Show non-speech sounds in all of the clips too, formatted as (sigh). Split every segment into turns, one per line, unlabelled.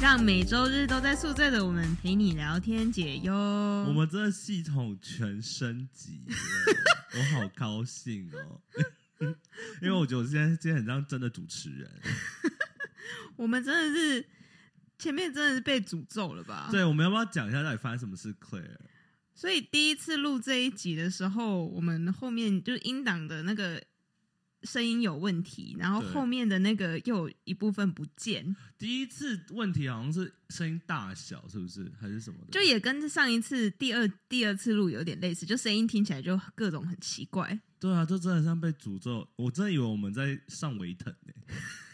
上每周日都在宿醉的我们陪你聊天解忧。
我们这系统全升级了，我好高兴哦！ (laughs) 因为我觉得我现在今天很像真的主持人，
我们真的是前面真的是被诅咒了吧？
对，我们要不要讲一下到底发生什么事？Claire，
所以第一次录这一集的时候，我们后面就是音档的那个声音有问题，然后
对
后面的那个又有一部分不见，
第一次问题好像是声音大小，是不是还是什么的？
就也跟上一次第二第二次录有点类似，就声音听起来就各种很奇怪。
对啊，就真的像被诅咒。我真的以为我们在上维腾呢、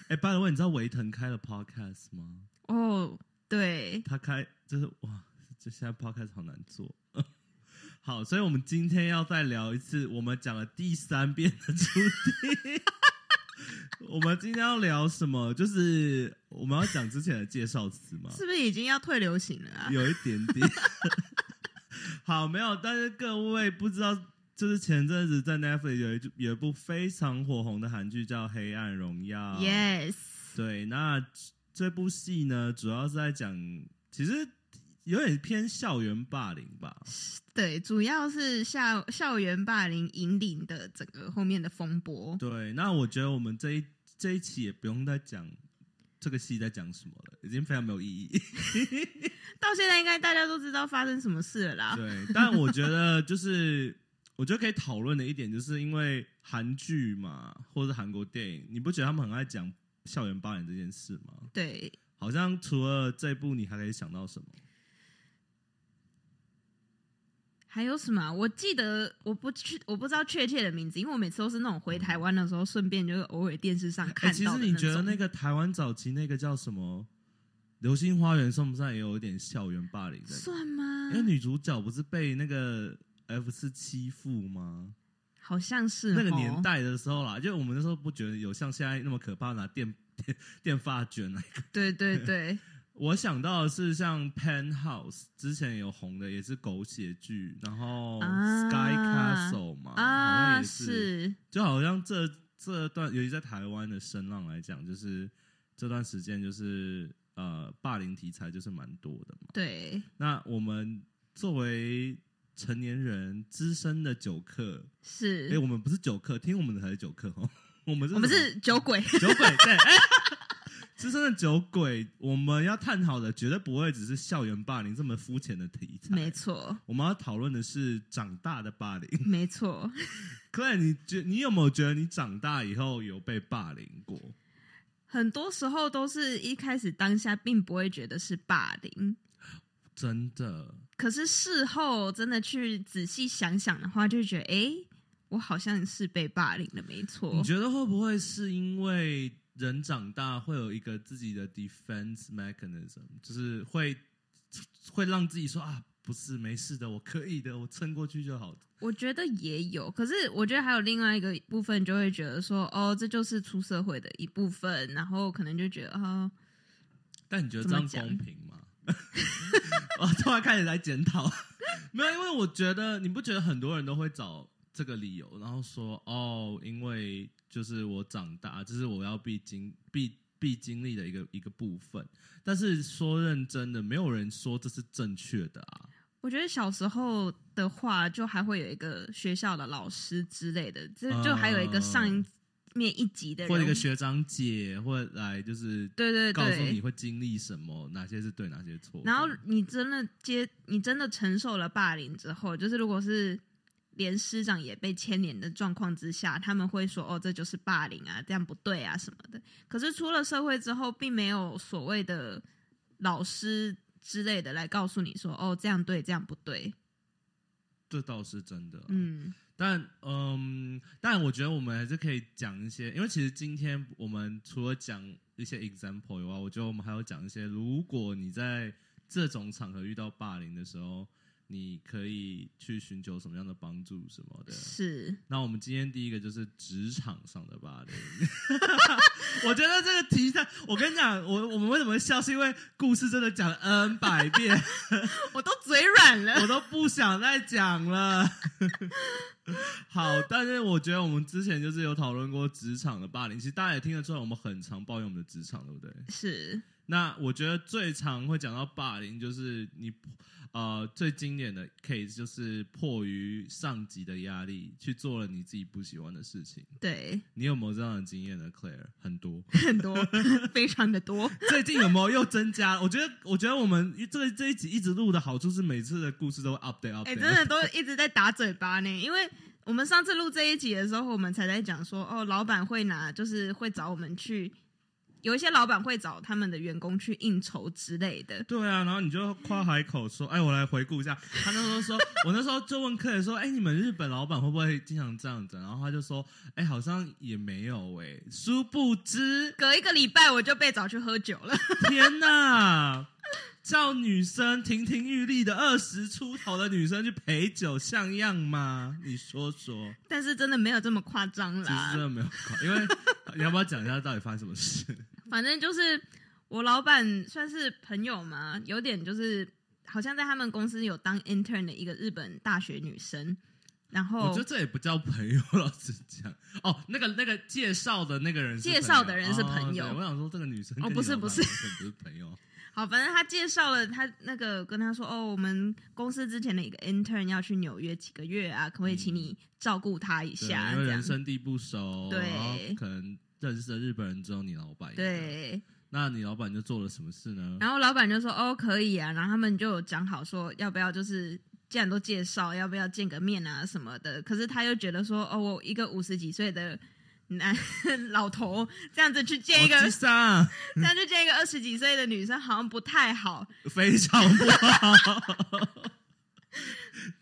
哎、b y the way，你知道维腾开了 podcast 吗？
哦，对，
他开就是哇，这现在 podcast 好难做。 (laughs) 好，所以我们今天要再聊一次我们讲了第三遍的主题。 (laughs) 我们今天要聊什么？就是我们要讲之前的介绍词吗？
是不是已经要退流行了啊？
有一点点。 (laughs) 好，没有，但是各位不知道，就是前阵子在 Netflix 有一有一部非常火红的韩剧叫《黑暗荣耀》。
Yes，
对，那这部戏呢，主要是在讲，其实有点偏校园霸凌吧。
对，主要是校校园霸凌引领的整个后面的风波。
对，那我觉得我们这一这一期也不用再讲这个戏在讲什么了，已经非常没有意义。
到现在应该大家都知道发生什么事了啦。
对，但我觉得就是，我觉得可以讨论的一点，就是因为韩剧嘛，或者韩国电影，你不觉得他们很爱讲校园霸凌这件事吗？
对，
好像除了这部，你还可以想到什么？
还有什么啊、我记得我不确我不知道确切的名字，因为我每次都是那种回台湾的时候，顺便就是偶尔电视上
哎、
看
其
到
实
的
你
那
觉得
种。
那个台湾早期那个叫什么《流星花园》，算不算也有一点校园霸凌在里面？
算啊吗
因？为女主角不是被那个 F 四欺负吗？
好像是哦
那个
吼
年，代的时候啦，就我们那时候不觉得有像现在那么可怕，拿电电电发卷来
对对
(laughs)
对，
我想到的是像 Penthouse 之前有红的，也是狗血剧，然后
啊
Sky Castle 嘛，哦好像
啊
也是，
是，
就好像这这段，尤其在台湾的声浪来讲，就是这段时间就是呃霸凌题材就是蛮多的嘛。
对，
那我们作为成年人资深的酒客，
是
哎、，我们不是酒客，听我们的才是酒客哦， (laughs) 我们是
我们
什么
是酒鬼，
酒鬼
(laughs)
对，哎、资深的酒鬼，我们要探讨的绝对不会只是校园霸凌这么肤浅的题材。
(laughs) 没，错，
我们要讨论的是长大的霸凌。
没错。
Clare，你觉你有没有觉得你长大以后有被霸凌过？
很多时候都是一开始当下并不会觉得是霸凌，
真的，
可是事后真的去仔细想想的话，就会觉得哎、诶我好像是被霸凌的，没
你
错。
觉得会不会是因为人长大会有一个自己的 defense mechanism，就是会会让自己说啊，不是没事的，我可以的，我撑过去就好。
我觉得也有，可是我觉得还有另外一个部分，就会觉得说哦，这就是出社会的一部分，然后可能就觉得哦，
但你觉得
怎
这
么
样
讲
公平吗？ (laughs) 我突然开始来检讨， (laughs) 没有，因为我觉得你不觉得很多人都会找这个理由，然后说哦，因为就是我长大，这是我要必经必必经历的一个一个部分。但是说认真的，没有人说这是正确的啊。
我觉得小时候的话，就还会有一个学校的老师之类的，这
嗯
就还有一个上一面一级的人，
或者一个学长姐，或者来就是
对对对，
告诉你会经历什么，哪些是对，哪些错。
然后你真的接，你真的承受了霸凌之后，就是如果是连师长也被牵连的状况之下，他们会说哦，这就是霸凌啊，这样不对啊什么的。可是出了社会之后，并没有所谓的老师之类的来告诉你说哦，这样对，这样不对。
这倒是真的啊、
嗯，
但嗯，但我觉得我们还是可以讲一些，因为其实今天我们除了讲一些 example 以外，我觉得我们还有讲一些，如果你在这种场合遇到霸凌的时候，你可以去寻求什么样的帮助什么
啊
的。
是
那我们今天第一个就是职场上的霸凌， (laughs) 我觉得这个题材，我跟你讲，我我们为什么会笑，是因为故事真的讲了 N 百遍，
我都嘴软了。
我都不想再讲了。好，但是我觉得我们之前就是有讨论过职场的霸凌，其实大家也听得出来，我们很常抱怨我们的职场，对不对？
是
那我觉得最常会讲到霸凌，就是你呃最经典的 case 就是迫于上级的压力去做了你自己不喜欢的事情。
对，
你有没有这样的经验呢，Claire？很多，
很多， (laughs) 非常的多。
最近有没有又增加？我觉得，我觉得我们这个这一集一直录的好处是，每次的故事都会 update update。
哎、真的都一直在打嘴巴呢，因为我们上次录这一集的时候，我们才在讲说，哦，老板会拿，就是会找我们去，有一些老板会找他们的员工去应酬之类的。
对啊，然后你就夸海口说：“哎，我来回顾一下。”他那时候说， (laughs) 我那时候就问客人说：“哎，你们日本老板会不会经常这样子？”然后他就说：“哎，好像也没有哎、殊不知，
隔一个礼拜我就被找去喝酒了， (laughs)
天哪！叫女生亭亭玉立的二十出头的女生去陪酒，像样吗？你说说，
但是真的没有这么夸张
其实真
啦。
的没有搞，因为你要不要讲一下到底发生什么事？
反正就是我老板算是朋友嘛，有点就是好像在他们公司有当 intern 的一个日本大学女生，然
我
后
觉得这也不叫朋友， (laughs) 老实讲。哦，那个那个介绍的那个人是朋友，
介绍的人是朋友
哦对我想说这个女生
哦
跟
不是
你老板
不是
完全不是朋
(laughs)
友，
好，反正他介绍了他那个跟他说哦，我们公司之前的一个 intern 要去纽约几个月啊，可不可以请你照顾他一
嗯对
下？
因为人
这样
生地不熟，
对
然后可能认识的日本人只有你老板，，
对，
那你老板就做了什么事呢？
然后老板就说哦可以啊，然后他们就有讲好说要不要就是既然都介绍，要不要见个面啊什么的。可是他又觉得说哦，我一个五十几岁的男 (laughs) 老头这样子去见一个、
哦吉桑
这样去见一个二十几岁的女生好像不太好，
非常不好。 (laughs)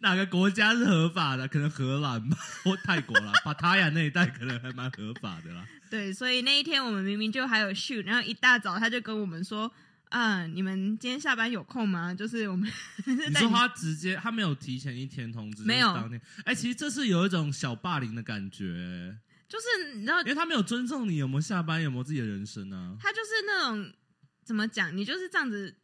哪个国家是合法的？可能荷兰吧，或泰国啦，帕塔亚那一带可能还蛮合法的啦。
对，所以那一天我们明明就还有 shoot，然后一大早他就跟我们说，嗯，你们今天下班有空吗？就是 (laughs) 我们
你
带
说
你
他直接他没有提前一天通知，
没有
就是当天。哎、其实这是有一种小霸凌的感觉，
就是你知道
因，为他没有尊重你有没有下班，有没有自己的人生啊。
他就是那种怎么讲，你就是这样子。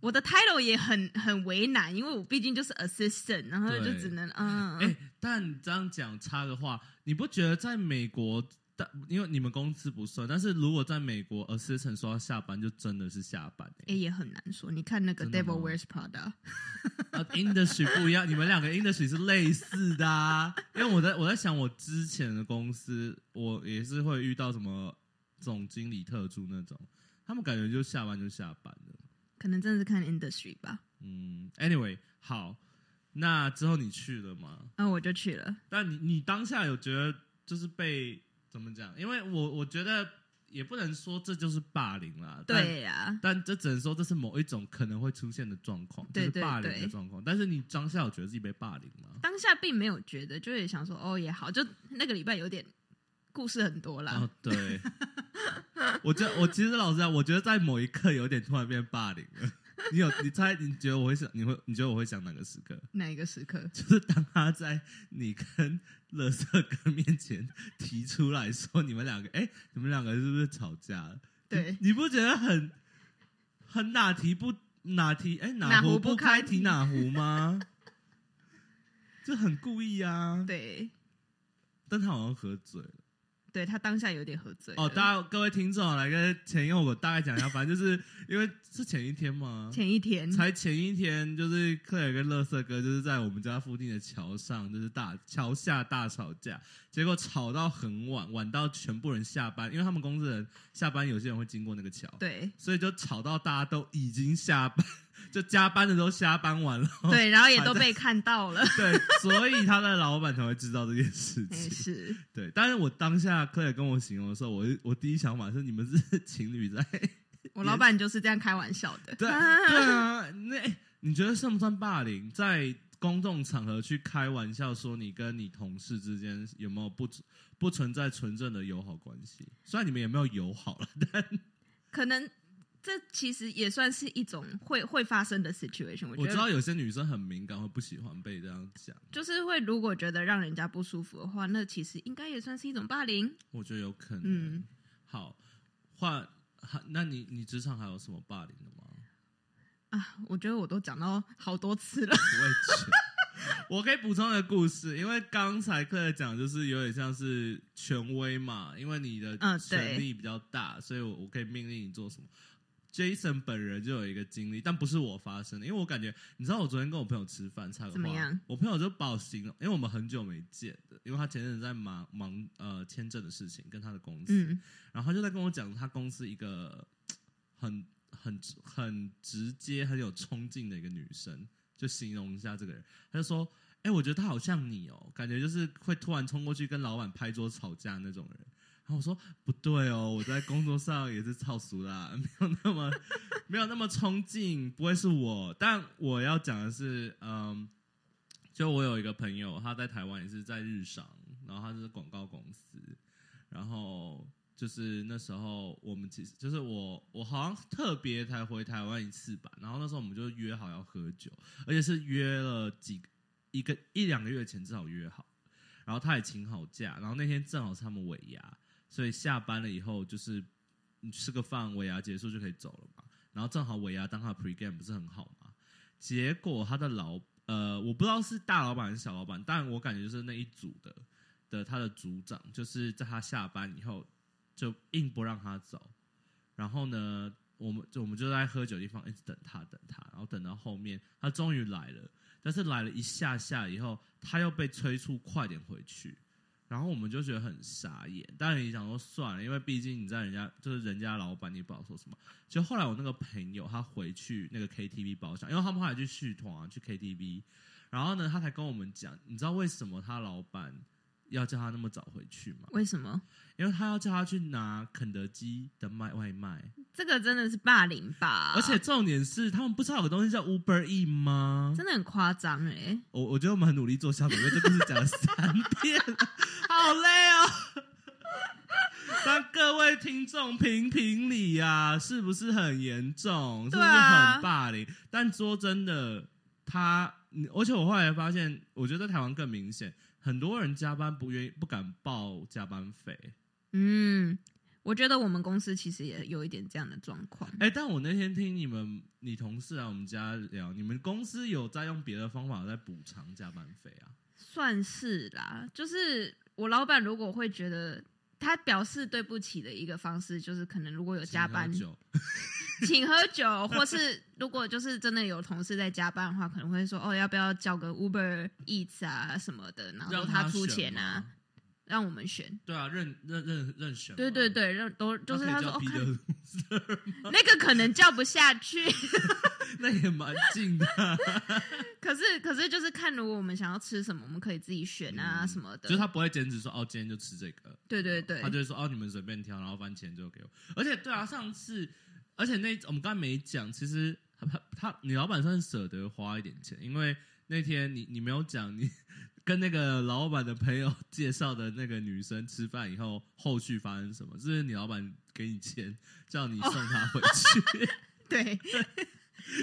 我的 title 也很很为难，因为我毕竟就是 assistant，然后
对
就只能嗯，
哎、但你这样讲插个话，你不觉得在美国？但因为你们公司不算，但是如果在美国，assistant 说要下班就真的是下班、欸
哎、也很难说。你看那个
真的
Devil
吗
Wears Prada，
呃，industry 不一样，你们两个 industry 是类似的、啊。因为我在我在想，我之前的公司，我也是会遇到什么总经理特助那种，他们感觉就下班就下班了。
可能真的是看 industry 吧。
嗯，anyway，好，那之后你去了吗？
然后我就去了，
但你你当下有觉得就是被怎么讲？因为我我觉得也不能说这就是霸凌啦，但
对啊呀、
但这只能说这是某一种可能会出现的状况，
对
就是
对
霸凌的
对
状况。但是你当下有觉得自己被霸凌吗？
当下并没有觉得，就也想说哦也好，就那个礼拜有点故事很多啦。
哦，对， (laughs) 我觉得我其实老实讲，我觉得在某一刻有点突然变霸凌了。你有你猜？你觉得我会想？你会你觉得我会想哪个时刻？ (laughs)
哪一个时刻？
就是当他在你跟乐色哥面前提出来说，你们两个，哎、你们两个是不是吵架了？
对，
你不觉得很很哪题不哪题？哎、哪
哪壶
不
不开
提
提
哪壶吗？ (laughs) 这很故意啊！
对，
但他好像喝醉了。
对他当下有点喝醉了。
哦，大家各位听众来跟前因后果大概讲一下，反正就是因为是前一天吗？
前一天，
才前一天，就是克莱尔跟乐色哥就是在我们家附近的桥上，就是大桥下大吵架，结果吵到很晚，晚到全部人下班，因为他们公司人下班，有些人会经过那个桥，
对
所以就吵到大家都已经下班，就加班的都下班完了，
对，然后也都被看到了。
对，所以他的老板才会知道这件事
(laughs) 哎，
情。
是，
对，但是我当下克莱尔跟我形容的时候，我我第一想法是你们是情侣在 (laughs)
我老板就是这样开玩笑的。
对对啊，那、欸你觉得算不算霸凌？在公众场合去开玩笑说你跟你同事之间有没有不不存在纯正的友好关系？虽然你们也没有友好了，
(laughs) 可能这其实也算是一种会会发生的 situation。我
我
觉
知
得
道有些女生很敏感，会不喜欢被这样讲。
就是会，如果觉得让人家不舒服的话，那其实应该也算是一种霸凌。
我觉得有可能。
嗯
好，换，哈那你你职场还有什么霸凌的吗？
啊，我觉得我都讲到好多次
(laughs) 不
了。
会去。我可以补充一个故事，因为刚才克莱讲就是有点像是权威嘛，因为你的
嗯对
权力比较大，所以我我可以命令你做什么。 Jason 本人就有一个经历，但不是我发生的，因为我感觉，你知道，我昨天跟我朋友吃饭，差个
怎么
话
样
我朋友就把我形容，因为我们很久没见的，因为他前阵子在忙忙呃签证的事情，跟他的公司，
嗯
然后他就在跟我讲他公司一个很很很直接、很有冲劲的一个女生，就形容一下这个人，他就说：“哎、我觉得她好像你哦，感觉就是会突然冲过去跟老板拍桌吵架那种人。”然后我说：“不对哦，我在工作上也是超俗啦， (laughs) 没有那么没有那么冲劲，不会是我。但我要讲的是，嗯。”就我有一个朋友，他在台湾也是在日商，然后他是广告公司，然后就是那时候我们其实就是我我好像特别才回台湾一次吧，然后那时候我们就约好要喝酒，而且是约了几一个一两个月前至少约好，然后他也请好假，然后那天正好是他们尾牙，所以下班了以后就是你吃个饭，尾牙结束就可以走了嘛，然后正好尾牙当他 pre game 不是很好嘛，结果他的老呃我不知道是大老板还是小老板，但我感觉就是那一组的。的他的组长，就是在他下班以后就硬不让他走。然后呢，我们就我们就在喝酒的地方一直等他，等他，然后等到后面他终于来了，但是来了一下下以后，他又被催促快点回去。然后我们就觉得很傻眼，当然也想说算了，因为毕竟你在人家就是人家老板，你也不好说什么。就后来我那个朋友他回去那个 KTV 包厢，因为他们后来去续团、啊、去 KTV，然后呢他才跟我们讲，你知道为什么他老板要叫他那么早回去吗？
为什么？
因为他要叫他去拿肯德基的卖外卖，
这个真的是霸凌吧？
而且重点是他们不知道有个东西叫 Uber E 吗？
真的很夸张哎，
我我觉得我们很努力做效果，因为这故事讲了三
(laughs)
遍了，好累哦。 (laughs) 但各位听众评评理呀、是不是很严重？是不
对
是
啊
很霸凌？但说真的，他，你而且我后来发现，我觉得在台湾更明显，很多人加班不愿意、不敢报加班费。
嗯，我觉得我们公司其实也有一点这样的状况。
哎、但我那天听你们你同事来我们家聊，你们公司有在用别的方法在补偿加班费啊？
算是啦，就是我老板如果会觉得他表示对不起的一个方式，就是可能如果有加班，
请喝酒
请喝酒，或是如果就是真的有同事在加班的话，可能会说哦，要不要叫个 Uber Eats 啊什么的，然后
让
他
他
出
选
钱啊
吗，。
让我们选。
对啊，任任任任选嘛。
对对对，让都就是
他
他
可以叫
说哦，
彼
看
得
(laughs) 那个可能叫不下去， (laughs)
那也蛮近的，
可是可是就是看如果我们想要吃什么，我们可以自己选啊
嗯
什么的。
就是他不会坚持说哦，今天就吃这个。
对对对
他就会说哦，你们随便挑，然后番茄就给我。而且对啊，上次，而且那我们刚才没讲，其实他他他你老板算是舍得花一点钱，因为那天你你没有讲你。跟那个老板的朋友介绍的那个女生吃饭以后，后续发生什么？是你老板给你钱，叫你送她回去， (laughs)
对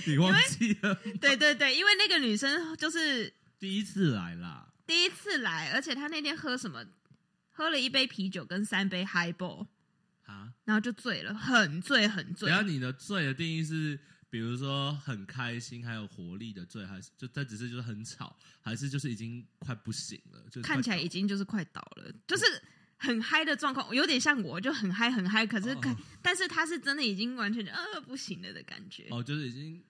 你忘记了？ (laughs)
对对对，因为那个女生就是
第一次来啦，
第一次来，而且她那天喝什么，喝了一杯啤酒跟三杯 highball，
啊，
然后就醉了，很醉很醉
等。下你的醉的定义是，比如说很开心还有活力的醉，还是就它只是就是很吵，还是就是已经快不行了？就是快
看起来已经就是快倒了，就是很嗨的状况，有点像我，就很嗨很嗨，可是
哦
看，但是他是真的已经完全就呃不行了的感觉。
哦，就是已经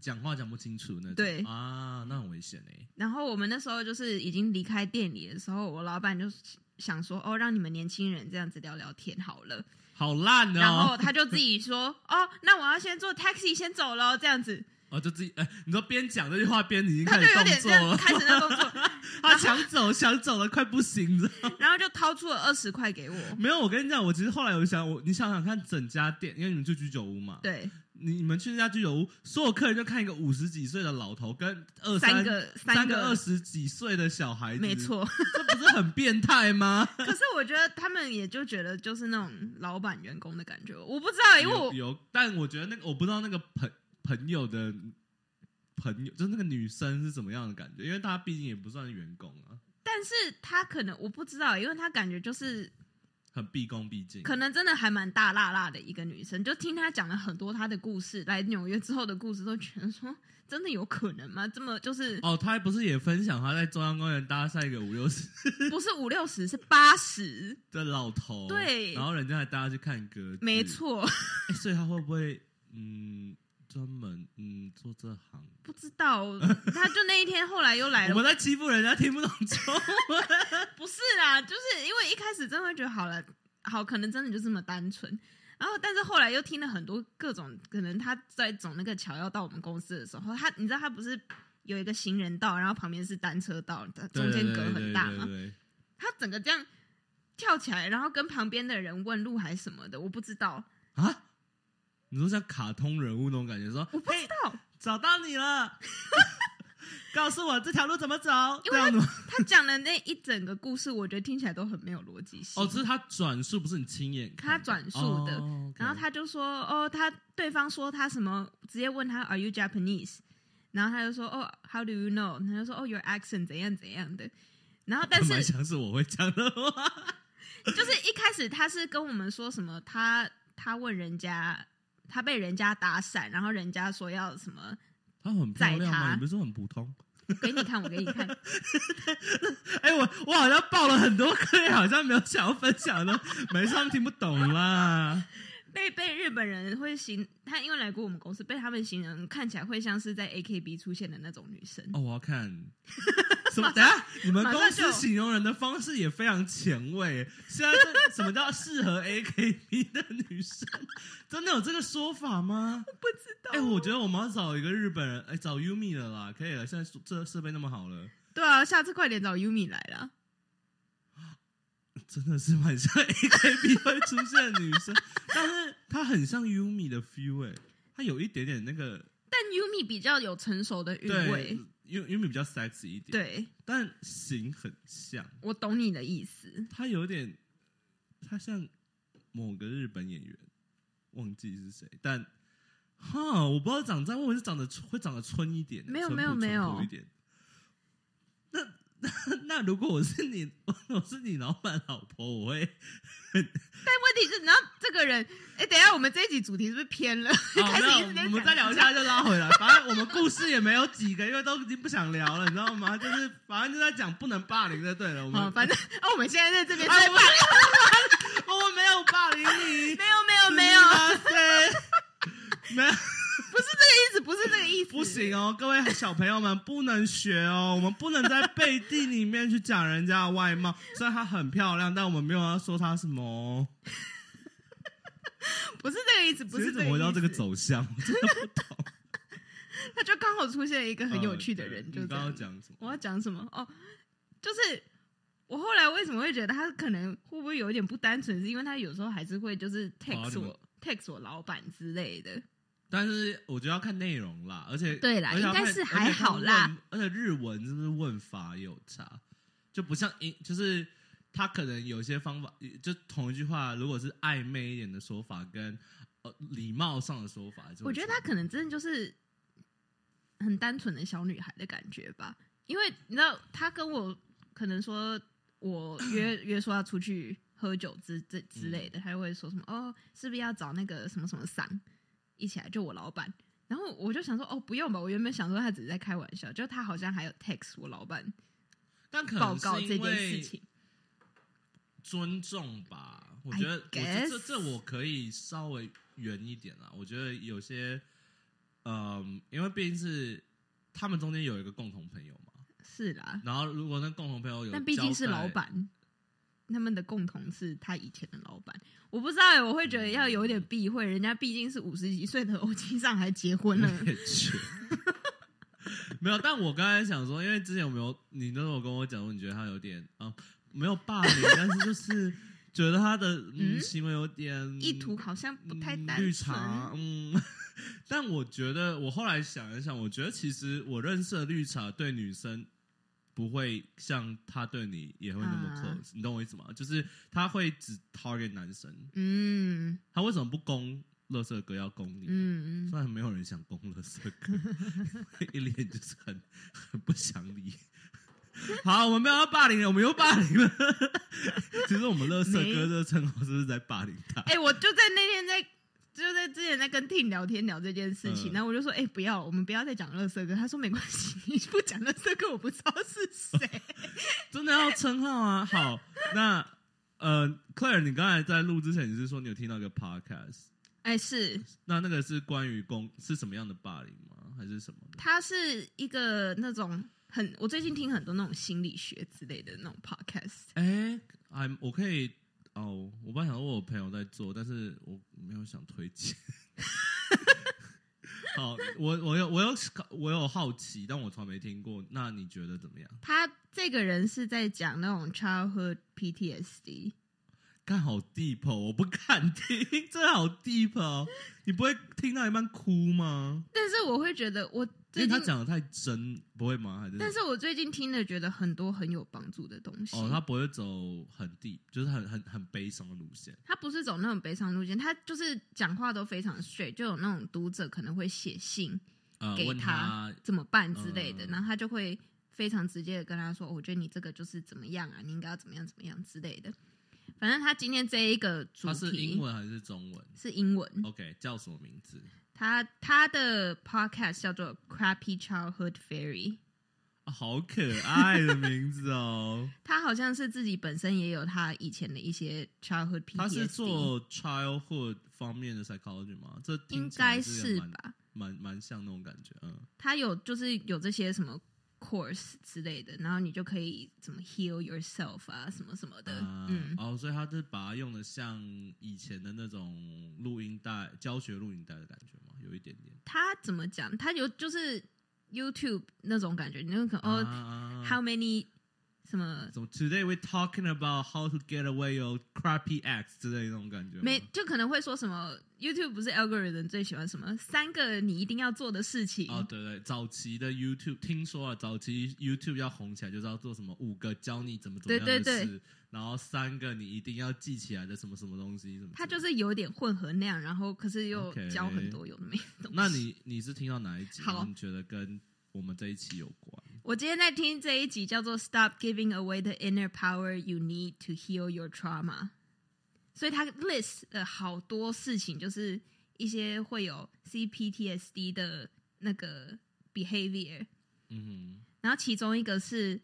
讲话讲不清楚那种。
对
啊，那很危险哎、
然后我们那时候就是已经离开店里的时候，我老板就想说哦，让你们年轻人这样子聊聊天好了。
好烂
然后
哦！
他就自己说哦，那我要先坐 taxi 先走喽，这样子，
哦，就自己哎、你说边讲这句话边已经
他
开
就
始
有
动
点这
作
样
了，
开始那动作，
他想走想走了，快不行了。 (laughs)
然后就掏出了二十块给我。
没有，我跟你讲，我其实后来有想，我你想想看，整家店，因为你们住居酒屋嘛，
对，
你你们去那家居酒屋，所有客人就看一个五十几岁的老头跟二
三个
三
个
个二十几岁的小孩子，
没，错。 (laughs)
这不是很变态吗？
可是我觉得他们也就觉得就是那种老板员工的感觉，我不知道，因为哎我
有有，但我觉得那个我不知道那个朋朋友的朋友，就是那个女生是怎么样的感觉，因为她毕竟也不算员工啊，
但是他可能我不知道，因为他感觉就是
很毕恭毕敬。
可能真的还蛮大辣辣的一个女生，就听她讲了很多她的故事，来纽约之后的故事，都觉得说真的有可能吗？这么就是
哦，她不是也分享她在中央公园搭讪一个五六十
不是五六十是八十，
的老头，
对
然后人家还带她去看歌，哎
没、错，
诶所以她会不会？嗯，专门嗯做这行，
不知道，
(laughs)
他就那一天后来又来
我
了，
们在欺负人家听不懂中文。
不是啦，就是因为一开始真的会觉得好了，好，可能真的就这么单纯。然后，但是后来又听了很多各种，可能他在走那个桥要到我们公司的时候，他你知道他不是有一个行人道，然后旁边是单车道，中间隔很大
对
嘛
对，对对对
他整个这样跳起来，然后跟旁边的人问路还什么的，我不知道，
啊？你说像卡通人物那种感觉，说
我不知道，
找到你 (laughs) 了，告诉我这条路怎么走，
因
这
为
样子吗。
他讲的那一整个故事，我觉得听起来都很没有逻辑
(laughs)
性。
哦，这是他转述，不是你亲眼看的
他转述的
哦，OK
然后
(laughs)
他就说，哦，他对方说他什么，直接问他 Are you Japanese？然后他就说，哦，How do you know？他就说，哦，Your accent 怎样怎样的。然后但
蛮
是
像是我会讲的话，
就是一开始他是跟我们说什么，他他问人家，他被人家打伞，然后人家说要什么，
他很漂亮
载
吗？
他
你不是说很普通？
给你看，我给你看。
哎、我我好像报了很多课，好像没有想要分享的，没事，他们听不懂啦。
被被日本人会行，他因为来过我们公司，被他们行人看起来会像是在 AKB 出现的那种女生。
哦，我要
(laughs)
看什么？等一下，你们
马上
公
就
司形容人的方式也非常前卫。现在这什么叫适合 AKB 的女生？真的有这个说法
(laughs)
吗？
不知道
哎、我觉得我们要找一个日本人，哎、找 Yumi 了啦，可以了。现在这设备那么好了，
对啊，下次快点找 Yumi 来啦。
真的是蛮像 AKB 会出现的女生，但是她很像 Yumi 的 feel，哎、她有一点点那个
但 Yumi 比较有成熟的韵
对
味，
，U Yumi 比较 sexy 一点，，
对
但型很像。
我懂你的意思。
他有点，他像某个日本演员，忘记是谁，但哈，我不知道长这样，我以为是长得会长得春一点，
没有
淳朴
没有没有
淳朴一点。那那 (laughs) 如果我是你， (laughs) 我是你老板老婆，我会
但问题是，你知道这个人，哎、等一下，我们这一集主题是不是偏了？
好
开始一直
没有，
在讲
我们再聊一下就拉回来。 (laughs) 反正我们故事也没有几个，因为都已经不想聊了，你知道吗？就是反正就在讲不能霸凌就对了。我们、
哦，反正哦，我们现在在这边
啊
在
我 (laughs)
霸
们哦我们没有霸凌你，
没有没有没有，
啊没有
不是这个意思，不是这个意思，
不行哦，各位小朋友们不能学哦，我们不能在背地里面去讲人家的外貌。虽然她很漂亮，但我们没有要说她什么哦。
不是这个意思，不
其
是
实
这个
怎么
意思。
回到这个走向？我真的不懂。
他就刚好出现了一 (laughs) 个很有趣的人，
(laughs) 呃对
就
你
这
刚
样
刚。讲什么？
我要讲什么？哦，就是我后来为什么会觉得他可能会不会有一点不单纯，是因为他有时候还是会就是 text
你
我、
们
text 我老板之类的。
但是我觉得要看内容啦，而且
对啦
而且要看
应该是还好啦。
而且看问而且日文是不是问法有差，就不像英，就是他可能有些方法，就同一句话，如果是暧昧一点的说法跟呃礼貌上的说法，还是会
我觉得
差
她可能真的就是很单纯的小女孩的感觉吧，因为你知道，她跟我可能说我约
(clears throat)
约说要出去喝酒之之
嗯
之类的，她就会说什么哦，是不是要找那个什么什么桑一起来就我老板？然后我就想说哦，不用吧，我原本想说她只是在开玩笑，就她好像还有 text 我老板
但可
报
能
告
是
这
因
件事
为
情。
尊重吧，我
I
觉得，我觉得
guess
这这我可以稍微圆一点啦。我觉得有些，嗯，因为毕竟是他们中间有一个共同朋友嘛。
是啦，
然后如果那共同朋友有，
但毕竟是老，板，他们的共同是他以前的老板。我不知道欸、我会觉得要有一点
嗯
避讳，人家毕竟是五十几岁的欧基上还结婚了
我。 (laughs) 也觉得没有，但我刚才想说，因为之前有没有你那时候跟我讲说，你觉得他有点啊、没有霸凌，但是就是觉得他的嗯
嗯
行为有点
意图好像不太单
嗯、绿
纯，
茶，嗯。 (laughs) 但我觉得，我后来想一想，我觉得其实我认识的绿茶对女生不会像他对你也会那么
啊
close，、你懂我意思吗？就是他会只 target 男生，
嗯
他为什么不攻乐色哥要攻你？
嗯，
虽然没有人想攻乐色哥，一脸就是很很不想理。好，我们没有要霸凌人，我们又霸凌了。 (laughs) 其实我们乐色
没
哥这个称号是不是在霸凌他？
哎、我就在那天在。就在之前在跟 Tim 聊天聊这件事情，
嗯
然后我就说：“哎、不要，我们不要再讲乐色哥。”他说：“没关系，你不讲乐色哥，我不知道是谁。
(laughs) (laughs) 真的要称号啊！好，那呃，Claire，你刚才在录之前，你是说你有听到一个 podcast？”
哎，是
那那个是关于公是什么样的霸凌吗？还是什么的？
他是一个那种很，我最近听很多那种心理学之类的那种 podcast，
哎、还我可以哦，我本来想说我有朋友在做，但是我没有想推荐。 (laughs) 好，我我有我有我有好奇，但我从来没听过。那你觉得怎么样？
他这个人是在讲那种 childhood PTSD，
看好 deep，、哦、我不敢听，这好 deep 哦！你不会听到一半哭吗？
但是我会觉得我
因
最
为
近
他，讲的太真，不会吗？还是
但是我最近听了觉得很多很有帮助的东西。
哦，他不会走很 deep，就是很很很悲伤的路线。
他不是走那种悲伤路线，他就是讲话都非常 straight，就有那种读者可能会写信
呃，
给
问他
怎么办之类的，
嗯
然后他就会非常直接的跟他说、哦我觉得你这个就是怎么样啊，你应该要怎么样怎么样之类的。反正他今天这一个主
他
题
是英文还哦是中文
是英文
？OK，叫什么名字？
他他的 podcast 叫做 Crappy Childhood Fairy，
啊好可爱的名字
(laughs)
哦！
他好像是自己本身也有他以前的一些 childhood PTSD，
他是做 childhood 方面的 psychology 吗？这
应
听起来
该
是
是
蛮
吧？
蛮蛮像那种感觉，嗯。
他有就是有这些什么 course 之类的，然后你就可以怎么 heal yourself 啊，什么什么的，
啊
嗯，
哦，所以他是把它用的像以前的那种录音带、教学录音带的感觉嘛，有一点点。
他怎么讲？他有就是 YouTube 那种感觉，你就可能、哦
啊
，How many 什么
怎么 today we talking about how to get away your crappy ex 之类的那种感觉吗？
没就可能会说什么 YouTube 不是 algorithm 最喜欢什么三个你一定要做的事情，
哦，对对，早期的 YouTube 听说了，早期 YouTube 要红起来就是要做什么五个教你怎么怎么样的
对
事，
对
然后三个你一定要记起来的什么什么东西，什么之类的。
他就是有点混合那样，然后可是又
OK
教很多有的没的东西。
那你你是听到哪一集？
好
你觉得跟我们这一期有关？
我今天在听这一集叫做《Stop Giving Away the Inner Power You Need to Heal Your Trauma》，所以他 list 了好多事情，就是一些会有 CPTSD 的那个 behavior，
嗯
然后其中一个是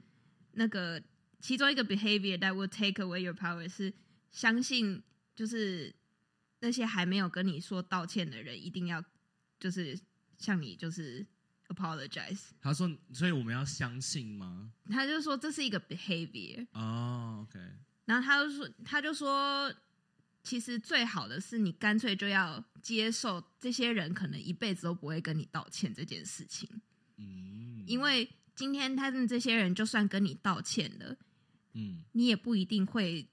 那个其中一个 behavior that will take away your power 是相信就是那些还没有跟你说道歉的人一定要就是向你就是 apologize。
哼，他说，所以我们要相信吗？
他就说这是一个 behavior，
哦，OK、o k
然后他就说，他就说，其实最好的是你干脆就要接受这些人可能一辈子都不会跟你道歉这件事情，
嗯，
因为今天他们这些人就算跟你道歉了，
嗯，
你也不一定会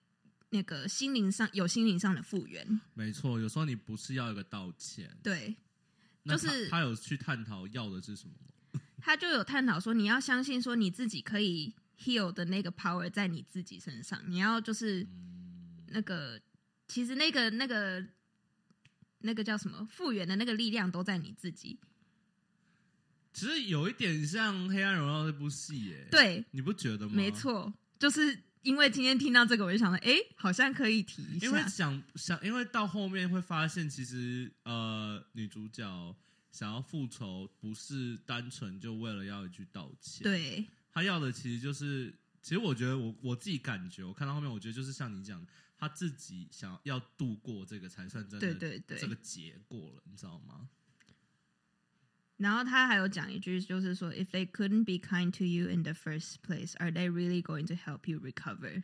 那个心灵上有心灵上的复原。
没错，有时候你不是要一个道歉，
对
那
就
他
是
他有去探讨要的是什么吗？
他就有探讨说，你要相信说你自己可以 heal 的那个 power 在你自己身上，你要就是。
嗯，
那个，其实那个那个那个叫什么复原的那个力量都在你自己。
其实有一点像《黑暗荣耀》这部戏耶，，
对，
你不觉得吗？
没，错，就是因为今天听到这个，我就想到，哎，好像可以提一
因为
下。
想想，因为到后面会发现，其实呃，女主角想要复仇，不是单纯就为了要一句道歉，，
对，
她要的其实就是，其实我觉得我我自己感觉，我看到后面，我觉得就是像你讲的，她自己想要度过这个才算真的
对对对
这个结果了，你知道吗？
然后他还有讲一句，就是说，If they couldn't be kind to you in the first place, are they really going to help you recover？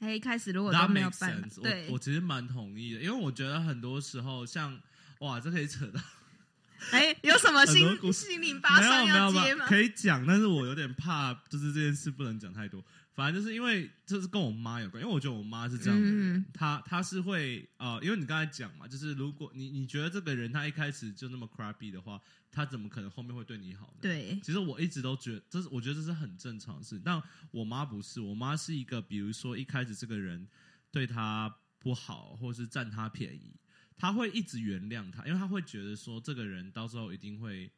他一哎开始如果都
That
没有
makes
办法
sense，，
对
我我，其实蛮同意的，因为我觉得很多时候像哇，这可以扯到
哎，有什么
很多故
心
事
心灵八
没有
酸
没
要
有没
接
有
吗？
可以讲，但是我有点怕，就是这件事不能讲太多。反正就是因为这是跟我妈有关，因为我觉得我妈是这样的人，
嗯
她她是会呃，因为你刚才讲嘛，就是如果你你觉得这个人他一开始就那么 crappy 的话，他怎么可能后面会对你好呢？
对，
其实我一直都觉得，这是我觉得这是很正常的事。但我妈不是，我妈是一个，比如说一开始这个人对她不好，或是占她便宜，她会一直原谅他，因为她会觉得说这个人到时候一定会，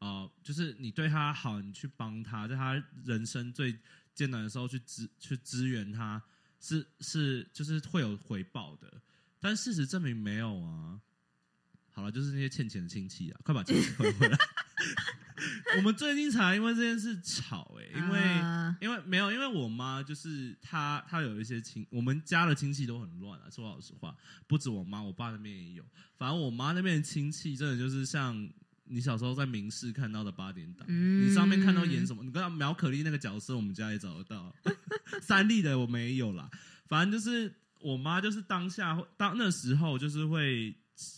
呃，就是你对他好，你去帮他，在他人生最艰难的时候去支去支援他，是是就是会有回报的。但事实证明没有啊。好了，就是那些欠钱的亲戚啊，快把钱退回来。 (laughs) 我们最近才因为这件事吵哎、因为、
啊
因为没有，因为我妈就是她，她有一些亲，我们家的亲戚都很乱啊。说老实话，不止我妈，我爸那边也有。反正我妈那边的亲戚真的就是像你小时候在明视看到的八点档，
嗯
你上面看到演什么，你跟苗可丽那个角色，我们家也找得到。 (laughs) 三立的我没有啦，反正就是我妈就是当下当那时候就是会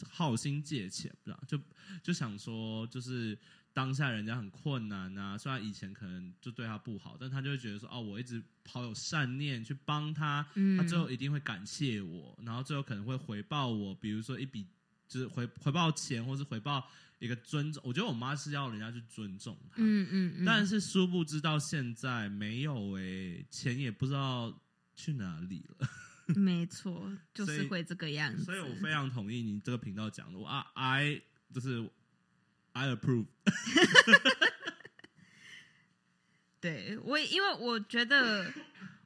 好心借钱啦，就就想说就是当下人家很困难啊，虽然以前可能就对她不好，但她就会觉得说哦，我一直好有善念去帮她，
嗯
她最后一定会感谢我，然后最后可能会回报我，比如说一笔就是回回报钱，或是回报一个尊重。我觉得我妈是要人家去尊重她，
嗯嗯嗯，
但是殊不知到现在没有诶、钱也不知道去哪里了。
没错，就
所
是
以
会这个样子。
所以我非常同意你这个频道讲的，我啊 I 就是 I approve。
对我也，因为我觉得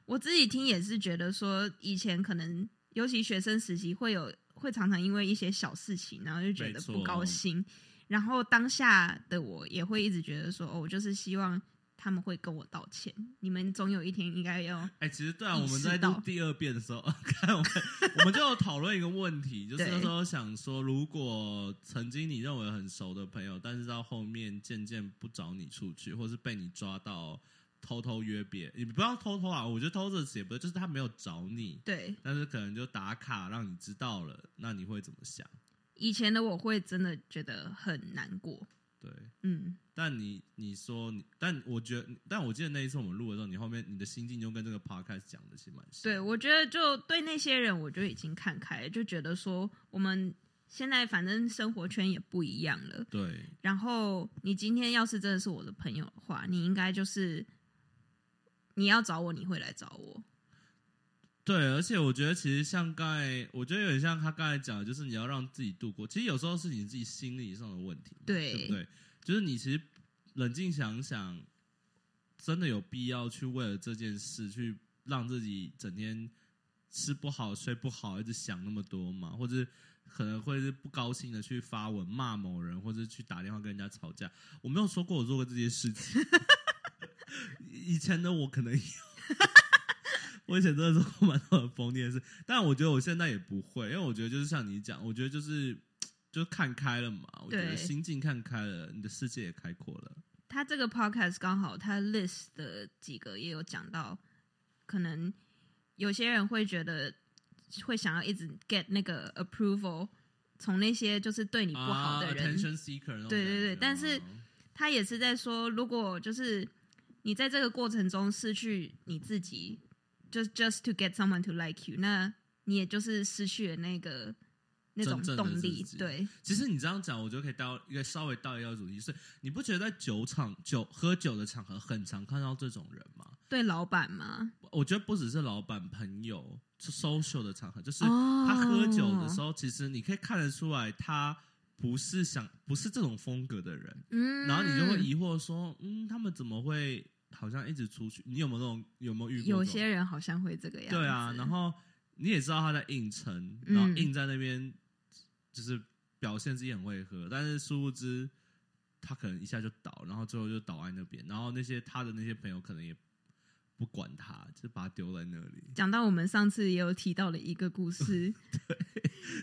我自己听也是觉得说，以前可能尤其学生时期会有会常常因为一些小事情，然后就觉
没
得
错
不高兴，然后当下的我也会一直觉得说，哦，我就是希望他们会跟我道歉，你们总有一天应该
(laughs)
要
哎、其实对啊，
意
我
识
们在录
到
第二遍的时候， (laughs) 看我们我们就有讨论一个问题，就是
对
那时候想说，如果曾经你认为很熟的朋友，但是到后面渐渐不找你出去，或是被你抓到偷偷约别，你不要偷偷啊，我觉得偷着写不对，就是他没有找你，
对
但是可能就打卡让你知道了，那你会怎么想？
以前的我会真的觉得很难过，
对，
嗯，
但你你说你，但我觉得，但我记得那一次我们录的时候，你后面你的心境就跟这个 podcast 讲的其实蛮像。
对，我觉得就对那些人，我就已经看开了，就觉得说我们现在反正生活圈也不一样了。
对
然后你今天要是真的是我的朋友的话，你应该就是你要找我，你会来找我。
对，而且我觉得其实像刚才，我觉得有点像他刚才讲的，就是你要让自己度过。其实有时候是你自己心理上的问题，
对
对不对？就是你其实冷静想想，真的有必要去为了这件事去让自己整天吃不好、睡不好，一直想那么多吗？或者可能会是不高兴的去发文骂某人，或者去打电话跟人家吵架。我没有说过我做过这些事情，以前的我可能有。 (laughs) 我以前真的做过蛮多很疯癫的事，但我觉得我现在也不会，因为我觉得就是像你讲，我觉得就是就看开了嘛，我觉
对
得心境看开了，你的世界也开阔了。
他这个 podcast 刚好他 list 的几个也有讲到，可能有些人会觉得会想要一直 get 那个 approval，从那些就是对你不好的
啊
人
attention seeker，那种
对对
感觉
对
吗
但是他也是在说，如果就是你在这个过程中失去你自己，just just to get someone to like you，那你也就是失去了那个那种
真正的
动力
自。己
对，
其实你这样讲，我就可以到一个稍微到一个主题，就是你不觉得在酒场酒喝酒的场合很常看到这种人吗？
对，老板嘛，
我觉得不只是老板朋友，是 social 的场合，就是
哦
他喝酒的时候，其实你可以看得出来他。不是想不是这种风格的人，
嗯，
然后你就会疑惑说，嗯，他们怎么会好像一直出去？你有没有那种有没有遇过这种？
有些人好像会这个样子。
对啊，然后你也知道他在硬撑，
嗯
然后硬在那边就是表现自己很会喝，但是殊不知他可能一下就倒，然后最后就倒在那边，然后那些他的那些朋友可能也不管他，就把他丢在那里。
讲到我们上次也有提到的一个
(laughs)
故事，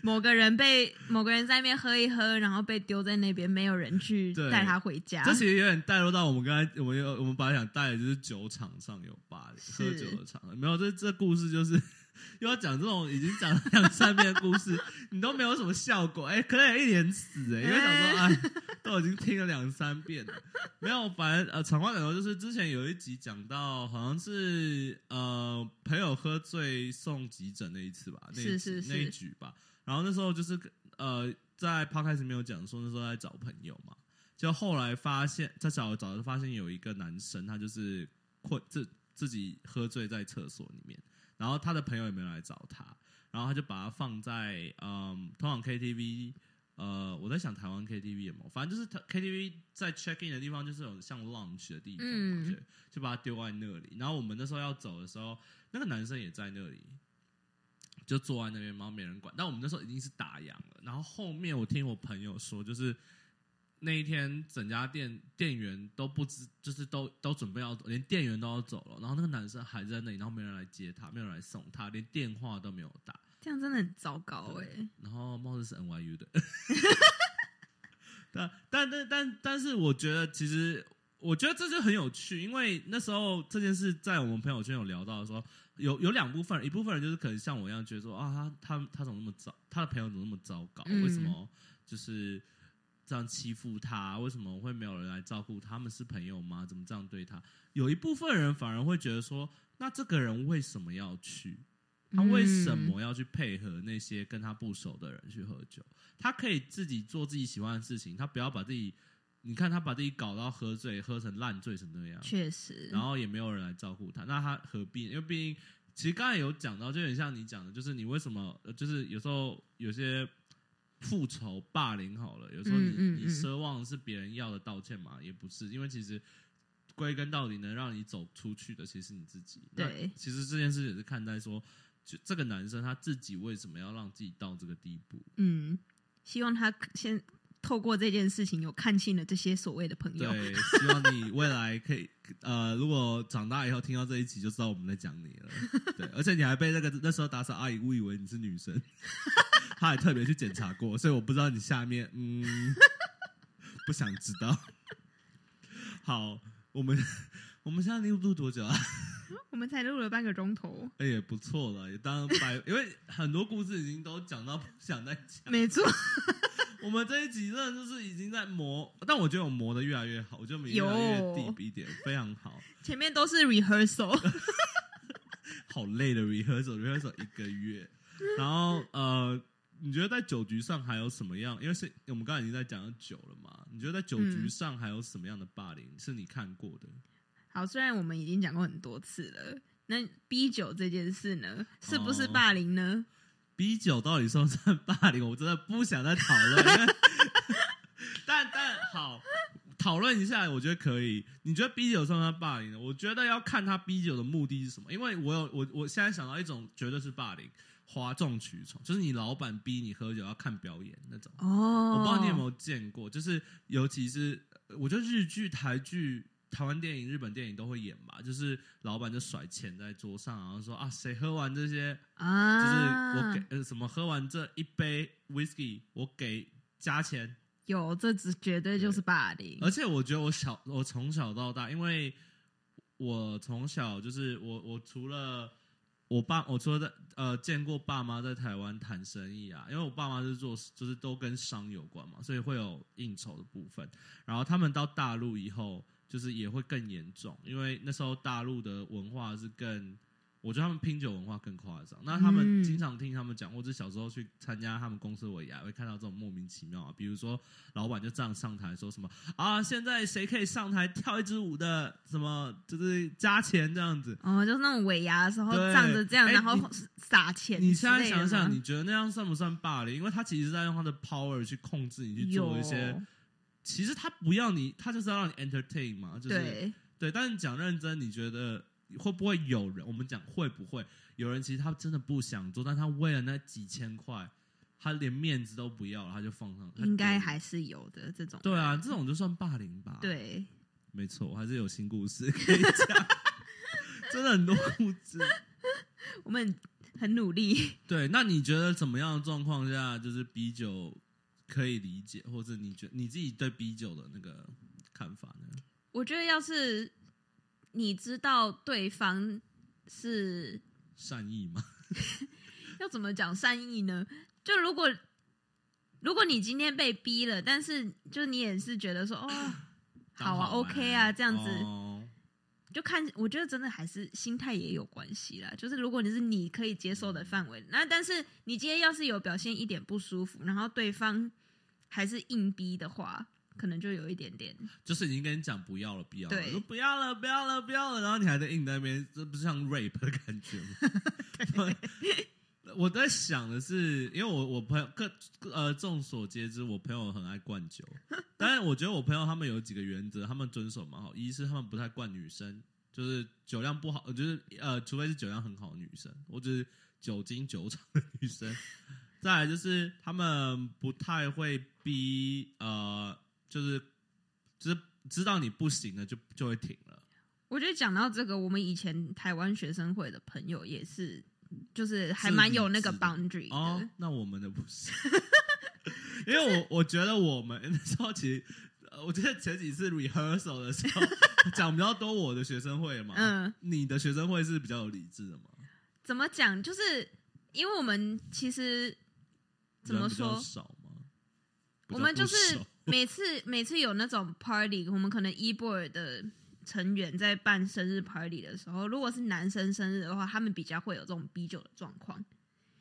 某个人被某个人在那边喝一喝，然后被丢在那边，没有人去
对
带他回家。
这其实有点带入到我们刚才，我们有我们本来想带的就是酒场上有吧，
是
喝酒的场合，没有这这故事就是 (laughs) 又要讲这种已经讲了两三遍的故事，你都没有什么效果，哎、可能也一脸死哎、因为想说哎，都已经听了两三遍了，没有，反正呃，场话讲说就是之前有一集讲到好像是呃朋友喝醉送急诊那一次吧，那一
是
集
是
那一
是
局吧，然后那时候就是呃在 p 开始没有讲说那时候在找朋友嘛。就后来发现，在找找着发现有一个男生，他就是困自自己喝醉在厕所里面，然后他的朋友也没有来找他，然后他就把他放在嗯，通常 KTV，呃，我在想台湾 KTV 有没有，反正就是他 KTV 在 check in 的地方就是有像 lounge 的地方嘛，
嗯
就就把他丢在那里。然后我们那时候要走的时候，那个男生也在那里，就坐在那边，然后没人管。但我们那时候已经是打烊了。然后后面我听我朋友说，就是那一天整家店店员都不知，就是都都准备要走，连店员都要走了，然后那个男生还在那里，然后没人来接他，没有人来送他，连电话都没有打。
这样真的很糟糕哎、
对然后貌似是 NYU 的， (laughs) 但但但但但是我觉得其实我觉得这就很有趣，因为那时候这件事在我们朋友圈有聊到说，有有两部分人，一部分人就是可能像我一样觉得说啊，他他他怎么那么糟，他的朋友怎么那么糟糕，
嗯
为什么就是这样欺负他，为什么会没有人来照顾他们是朋友吗？怎么这样对他？有一部分人反而会觉得说，那这个人为什么要去？他为什么要去配合那些跟他不熟的人去喝酒？他可以自己做自己喜欢的事情，他不要把自己，你看他把自己搞到喝醉，喝成烂醉成那样，
确实，
然后也没有人来照顾他，那他何必？因为毕竟，其实刚才有讲到，就很像你讲的，就是你为什么，呃就是有时候有些复仇霸凌好了，有时候你、
嗯嗯
你
嗯
奢望是别人要的道歉嘛，也不是，因为其实归根到底能让你走出去的，其实是你自己。那
对
其实这件事也是看待说，就这个男生他自己为什么要让自己到这个地步？
嗯，希望他先透过这件事情有看清了这些所谓的朋友。
对，希望你未来可以，呃，如果长大以后听到这一集，就知道我们在讲你了。对，而且你还被那个那时候打扫阿姨误以为你是女生， (laughs) 她还特别去检查过，所以我不知道你下面，嗯，不想知道。 (laughs) 好，我们我们现在录录多久啊？ (laughs)
我们才录了半个钟头，
哎、也不错了，也当白，因为很多故事已经都讲到不 (laughs) 想再讲。
没错，
我们这一集真的就是已经在磨，但我觉得我磨的越来越好，我觉得我们越来越
有
deep 一点，非常好。
前面都是 rehearsal。 (laughs)
好累的 rehearsal，rehearsal (laughs) 一个月。然后呃，你觉得在酒局上还有什么样？因为是我们刚才已经在讲到酒了嘛，你觉得在酒局
嗯
上还有什么样的霸凌、是你看过的？
好，虽然我们已经讲过很多次了，那 B 酒这件事呢，是不是
哦
霸凌呢？
B 酒到底算不算霸凌？我真的不想再讨论。 (laughs) 因为但但好，讨论一下，我觉得可以。你觉得 B 酒算不算霸凌呢？我觉得要看他 B 酒的目的是什么。因为我有我我现在想到一种绝对是霸凌，哗众取宠，就是你老板逼你喝酒要看表演那种。
哦
我不知道你有没有见过，就是尤其是呃我觉得日剧、台剧、台湾电影、日本电影都会演吧，就是老板就甩钱在桌上，然后说啊，谁喝完这些，就是
啊，
我给、呃、什么喝完这一杯 whisky，我给加钱。
有，这只绝对就是霸凌。
而且我觉得我小，我从小到大，因为我从小就是我，我除了我爸，我除了在呃见过爸妈在台湾谈生意啊，因为我爸妈是做就是都跟商有关嘛，所以会有应酬的部分。然后他们到大陆以后，就是也会更严重，因为那时候大陆的文化是更。我觉得他们拼酒文化更夸张。那他们
嗯
经常听他们讲，或者小时候去参加他们公司尾牙，会看到这种莫名其妙啊，比如说老板就这样上台说什么啊，现在谁可以上台跳一支舞的，什么就是加钱这样子。
哦，就是那种尾牙的时候
对
仗着这样，
哎
然后
你
撒钱之类的吗。
你现在想想，你觉得那样算不算霸凌？因为他其实是在用他的 power 去控制你去做一些
有，
其实他不要你，他就是要让你 entertain 嘛，就是
对，
对，但是讲认真，你觉得会不会有人？我们讲会不会有人，其实他真的不想做，但他为了那几千块，他连面子都不要了，他就放上。他
应该
给
还是有的这种。
对啊，这种就算霸凌吧。，
对，
没错，我还是有新故事可以讲， (laughs) 真的很多故事。
我们很努力。
对，那你觉得怎么样的状况下，就是 B 酒可以理解，或者你觉你自己对 B 酒的那个看法呢？
(laughs) 我觉得要是你知道对方是
善意吗？
要怎么讲善意呢？就如果如果你今天被逼了，但是就你也是觉得说 (coughs) 哦，
当
好啊
玩
，OK 啊，这样子。
哦
就看，我觉得真的还是心态也有关系啦。就是如果你是你可以接受的范围，那但是你今天要是有表现一点不舒服，然后对方还是硬逼的话，可能就有一点点。
就是已经跟你讲不要了，不要了，
对
说不要了，不要了，不要了，然后你还在硬在那边，这不是像 rape 的感觉吗？对。 (laughs) 我在想的是，因为我我朋友各呃众所皆知，我朋友很爱灌酒，但是我觉得我朋友他们有几个原则，他们遵守蛮好。一是他们不太灌女生，就是酒量不好，呃就是呃，除非是酒量很好的女生，或者是酒精酒厂的女生。再来就是他们不太会逼呃就是就是知道你不行了就就会停了。
我觉得讲到这个，我们以前台湾学生会的朋友也是，就是还蛮有那个
是
boundary 的。
哦，那我们的不是， (laughs) 因为我我觉得我们那时候其实，呃我觉得前几次 rehearsal 的时候讲比较多我的学生会嘛，
嗯，
你的学生会是比较有理智的嘛，
怎么讲？就是因为我们其实怎么
人比较
说
少嘛，比
我
较
们
不
就是
熟
每次每次有那种 party，我们可能 e b o y 的成员在办生日 party 的时候，如果是男生生日的话，他们比较会有这种 B 酒的状况。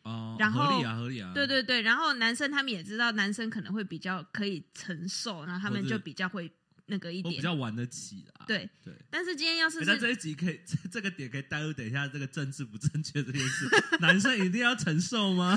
哦，
然后
合理啊，合理啊，
对对对，然后男生他们也知道，男生可能会比较可以承受，然后他们
或者
就比较会那个一
我比
点。
较玩得起啊。
对，
对，
但是今天要是
那这
是
一集可以 (laughs) 这这个点可以带入，等一下这个政治不正确这件事， (laughs) 男生一定要承受
(laughs)
吗？哦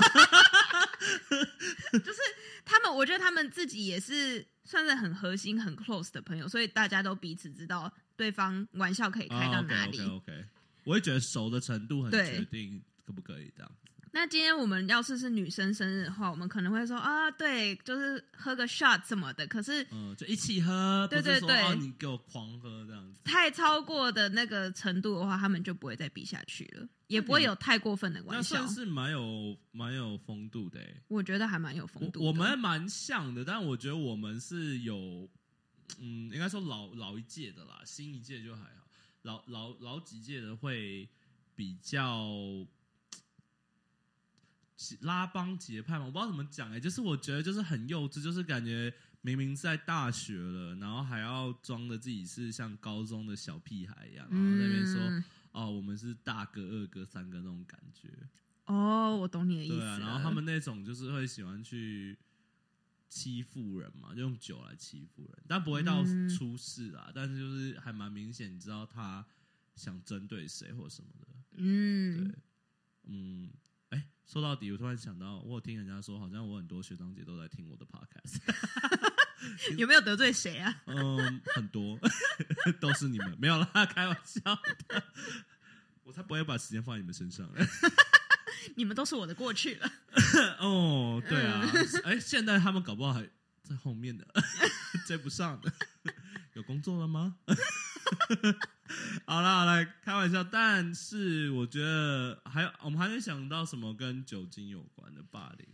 他们，我觉得他们自己也是算是很核心、很 close 的朋友，所以大家都彼此知道对方玩笑可以开到哦哪里。
o k o k 我会觉得熟的程度很
对
决定可不可以这样。
那今天我们要是是女生生日的话，我们可能会说啊，对，就是喝个 shot 什么的。可是
嗯，就一起喝，不
对
是
对
说
对
哦你给我狂喝这样子。
太超过的那个程度的话，他们就不会再比下去了，也不会有太过分的
那
玩笑
算。是蛮有蛮有风度的欸、
我觉得还蛮有风度的
我我们蛮像的，但我觉得我们是有，嗯，应该说老老一届的啦，新一届就还好，老老老几届的会比较嘖拉帮结派嘛，我不知道怎么讲哎、就是我觉得就是很幼稚，就是感觉明明在大学了，然后还要装的自己是像高中的小屁孩一样，然后在那边说、
嗯
哦我们是大哥、二哥、三哥那种感觉，
哦，我懂你的意思
对
了、
啊，然后他们那种就是会喜欢去欺负人嘛，就用酒来欺负人，但不会到
嗯
出事啊，但是就是还蛮明显，你知道他想针对谁或什么的。
嗯
对，嗯，哎、说到底，我突然想到，我有听人家说，好像我很多学长姐都在听我的
(laughs)
podcast，
有没有得罪谁啊？
嗯，很多 (laughs) 都是你们，没有啦，开玩笑的，我才不会把时间放在你们身上。
你们都是我的过去了。
哦，对啊，哎、现在他们搞不好还在后面的， (laughs) 追不上的， (laughs) 有工作了吗？ (laughs) 好啦，来开玩笑，但是我觉得还有，我们还能想到什么跟酒精有关的霸凌？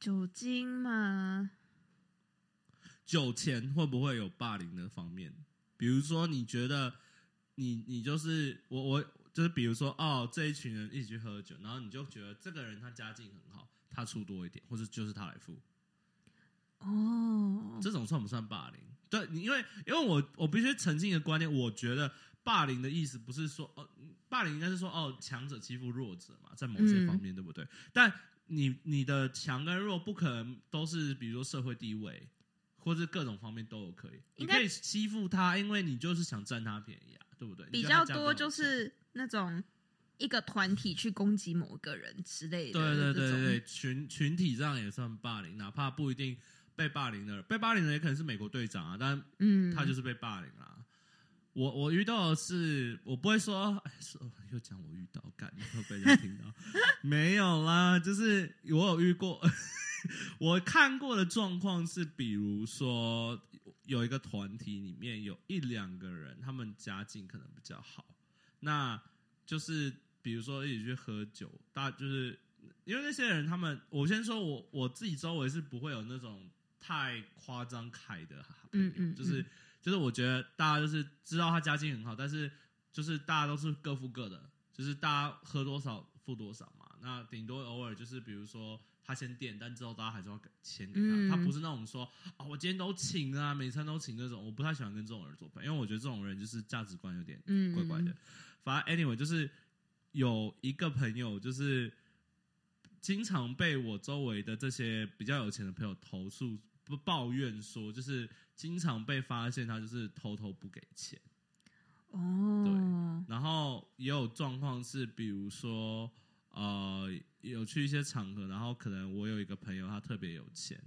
酒精嘛，
酒前会不会有霸凌的方面？比如说，你觉得你你就是我我就是比如说哦，这一群人一起去喝酒，然后你就觉得这个人他家境很好，他出多一点，或者就是他来付，
哦，
这种算不算霸凌？对你，因为因为我我必须澄清一个观念，我觉得霸凌的意思不是说哦，霸凌应该是说哦，强者欺负弱者嘛，在某些
嗯
方面、对不对？但你你的强跟弱不可能都是比如说社会地位或是各种方面都有可以，你
应该
可以欺负他，因为你就是想占他便宜啊，对不对？你
比
觉得
较
他这样
多
比较
就
有钱
是那种一个团体去攻击某个人之类的。
对对对
这种
对，群群体上也算霸凌，哪怕不一定被霸凌的人，被霸凌的人也可能是美国队长啊，但
嗯，
他就是被霸凌啦。我我遇到的是，我不会说，哎，说又讲我遇到，感会被人家听
(laughs)
到，没有啦，就是我有遇过， (laughs) 我看过的状况是，比如说有一个团体里面有一两个人，他们家境可能比较好，那就是比如说一起去喝酒，大家就是因为那些人，他们我先说我我自己周围是不会有那种太夸张凯的朋友，
嗯嗯嗯
就是就是我觉得大家就是知道他家境很好，但是就是大家都是各付各的，就是大家喝多少付多少嘛。那顶多偶尔就是比如说他先垫，但之后大家还是要给钱给他。
嗯
他不是那种说啊、我今天都请啊，每餐都请那种，我不太喜欢跟这种人做朋友，因为我觉得这种人就是价值观有点
嗯
怪怪的。反正 anyway 就是有一个朋友，就是经常被我周围的这些比较有钱的朋友投诉、不抱怨说，就是经常被发现他就是偷偷不给钱。
哦，
然后也有状况是，比如说呃，有去一些场合，然后可能我有一个朋友他特别有钱，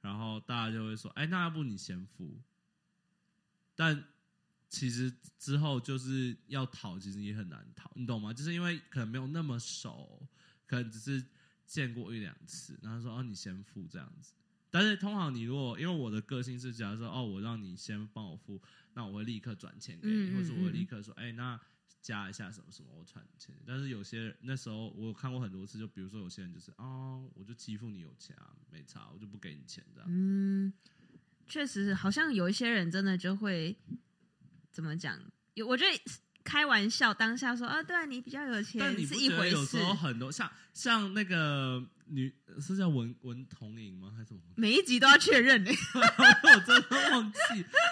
然后大家就会说，哎，那要不你先付？但其实之后就是要讨，其实也很难讨，你懂吗？就是因为可能没有那么熟，可能只是见过一两次，然后说哦你先付这样子，但是通常你如果因为我的个性是，假如说哦，我让你先帮我付，那我会立刻转钱给你，
嗯嗯
或者我会
嗯
立刻说，哎、那加一下什么什么，我转钱。但是有些人那时候我有看过很多次，就比如说有些人就是哦，我就欺负你有钱啊，没差，我就不给你钱这样。
嗯，确实，好像有一些人真的就会怎么讲？有我觉得开玩笑当下说啊，对啊，你比较有钱
但你
是
不
一
觉得
回
有
事
时，候很多像像那个女是叫文文童颖吗？还是什么？ (laughs)
每一集都要确认、欸。
我真的忘记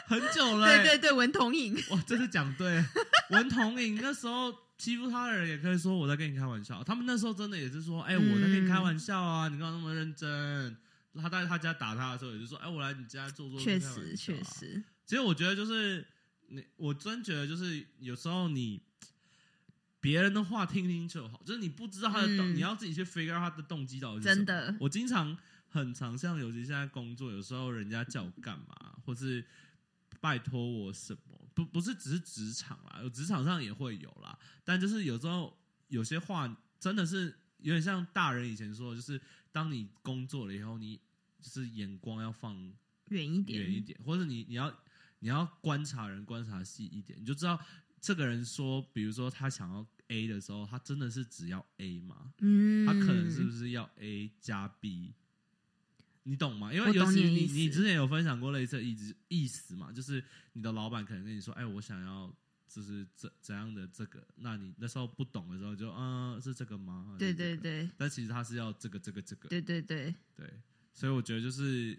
很久了、欸。
对对对，文同影，
哇，真是讲对。 (laughs) 文童颖那时候欺负他的人也可以说我在跟你开玩笑，他们那时候真的也是说，哎、
嗯
我在跟你开玩笑啊，你干嘛那么认真？他在他家打他的时候也是说，哎、我来你家坐坐、
确实确。
啊
实，
其实我觉得就是你，我真觉得就是有时候你别人的话听听就好，就是你不知道他的动，
嗯
你要自己去 figure out 他的动机到底是什
真
么。
的，
我经常很常像，尤其现在工作，有时候人家叫我干嘛，或是拜托我什么，不不是只是职场啦，有职场上也会有啦，但就是有时候有些话真的是有点像大人以前说的，就是当你工作了以后，你就是眼光要放
远一点，
远一点，或者你你要你要观察人观察细一点，你就知道这个人说，比如说他想要 A 的时候，他真的是只要 A 吗？
嗯，
他可能是不是要 A 加 B？你懂吗？因为
我
尤
懂
其
你的
你
意思
你之前有分享过类似的意思意思嘛，就是你的老板可能跟你说，哎，我想要就是怎怎样的这个，那你那时候不懂的时候就，嗯，是这个吗？还
对
是
对
这个，
对
但其实他是要这个这个这个，
对对对，
对，所以我觉得就是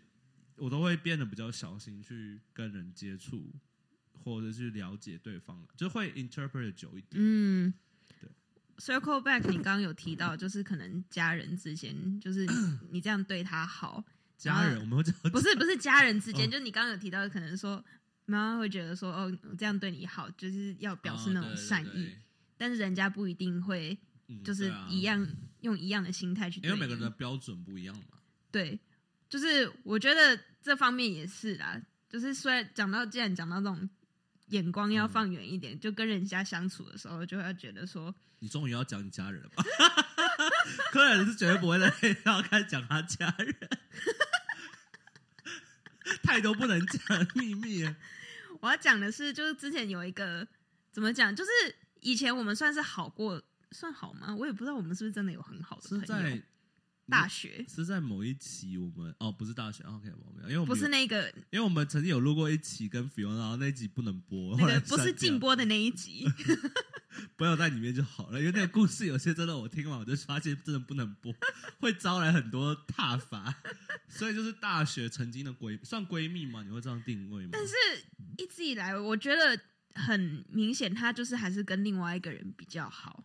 我都会变得比较小心去跟人接触，或者去了解对方，就会 interpret 得久一点。
嗯
对。
Circle back，你刚刚有提到，就是可能家人之间，就是你
(clears throat)
你这样对他好，
家
然
人，
后
我们会讲
啊不是不是家人之间，
哦
就你刚刚有提到，可能说妈妈会觉得说哦，我这样对你好，就是要表示那种善意，，
哦对对对
但是人家不一定会
嗯
就是
对啊
一样、用一样的心态去对
因
你，
为每个人的标准不一样嘛。
对，就是我觉得这方面也是啦，就是虽然讲到既然讲到这种眼光
嗯
要放远一点，就跟人家相处的时候就要觉得说，
你终于要讲你家人了吧？ (laughs) 客人是绝对不会在那边要开始讲他家人，太多不能讲的秘密了。
我要讲的是，就是之前有一个怎么讲，就是以前我们算是好过，算好吗？我也不知道我们是不是真的有很好的
是
朋友。
在
大学，
是在某一期我们哦，不是大学哦，OK，我们因为我们
不是
有
那个
因为我们曾经有录过一期跟 Fiona，然后那一集不能播，
那
后来
个不是
删掉
禁，播的那一 (laughs) 集，
不要在里面就好了。因为那个故事有些真的我听完我就发现真的不能播， (laughs) 会招来很多挞伐。 (laughs) 所以就是大学曾经的闺算闺蜜嘛，你会这样定位吗？
但是一直以来我觉得很明显，他就是还是跟另外一个人比较好。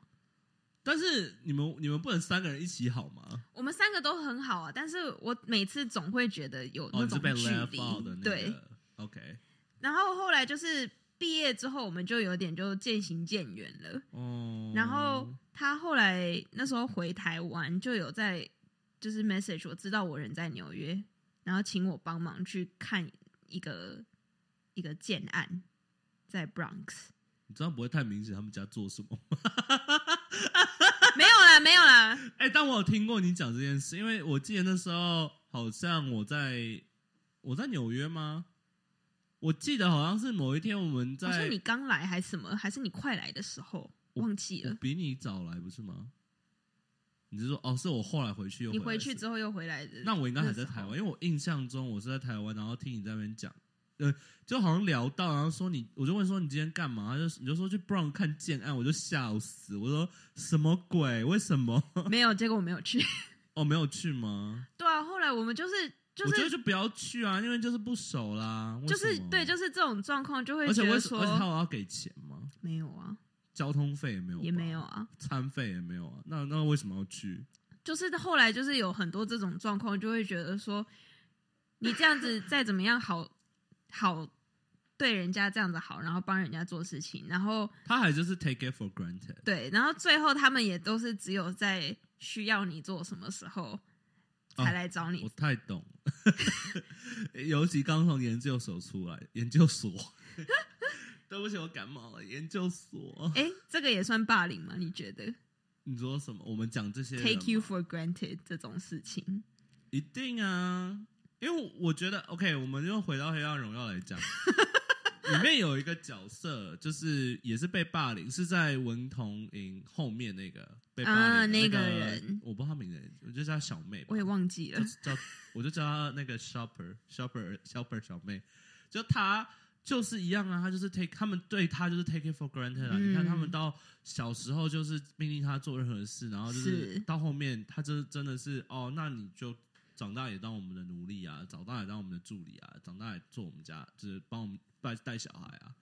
但是你们你们不能三个人一起好吗？
我们三个都很好啊，但是我每次总会觉得有
哦，
那
你是
种
被
距
left
离。
out 的那
对，
个。OK，
然后后来就是毕业之后，我们就有点就渐行渐远了。
哦，
然后他后来那时候回台湾，就有在就是 message 我知道我人在纽约，然后请我帮忙去看一个一个建案
(laughs)
在 Bronx。
你这样不会太明显他们家做什么吗？
没有啦，没有
(laughs)
啦，
哎、但我有听过你讲这件事，因为我记得那时候好像我在我在纽约吗？我记得好像是某一天我们
好像
在
你刚来还是什么，还是你快来的时候
我
忘记
我
了。
比你早来不是吗？你是说哦，是我后来回去又
你
回
回
来
去
是
之后又回来的时候，
那我应该还在台湾，因为我印象中我是在台湾，然后听你在那边讲，呃，就好像聊到，然后说你，我就问说你今天干嘛？他就你就说去 Brown 看建案，我就笑死，我说什么鬼？为什么？ (laughs)
没有，结果我没有去。
哦，没有去吗？
对啊，后来我们就是就
我觉得
是
就不要去啊，因为就是不熟啦。为
就是
什么
对，就是这种状况就会
而且
觉
为
得
什而且他
说
有要给钱吗？
没有啊，
交通费也没有，
也没有，啊，
餐费也没有啊。那那为什么要去？
就是后来就是有很多这种状况，就会觉得说你这
(laughs)
样子再怎么样好好对人家这样子好，然后帮人家做事情，然后
他还就是 take it for granted。
对，然后最后他们也都是只有在需要你做什么时候
哦
才来找你
我太懂了， (laughs) 尤其刚从研究所出来，研究所。 (laughs) 对不起，我感冒了。研究所，
哎、这个也算霸凌吗？你觉得
你说什么？我们讲这些人吗
？Take you for granted 这种事情，
一定啊，因为我觉得 OK，我们又回到《黑暗荣耀》来
(laughs)
讲，里面有一个角色就是也是被霸凌，是在文童营后面那个被霸凌的、那
啊那个
个
人，
我不知道他名字，我就叫他小妹吧，
我也忘记了
啊就。叫我就叫她那个 shopper shopper shopper 小妹，就她就是一样啊，她就是 take 他们对她就是 take it for granted 啊。
嗯
你看他们到小时候就是命令她做任何事，然后就是
是
到后面她就是真的是哦，那你就长大也当我们的奴隶啊，长大也当我们的助理啊，长大也做我们家就是帮我们带带小孩啊。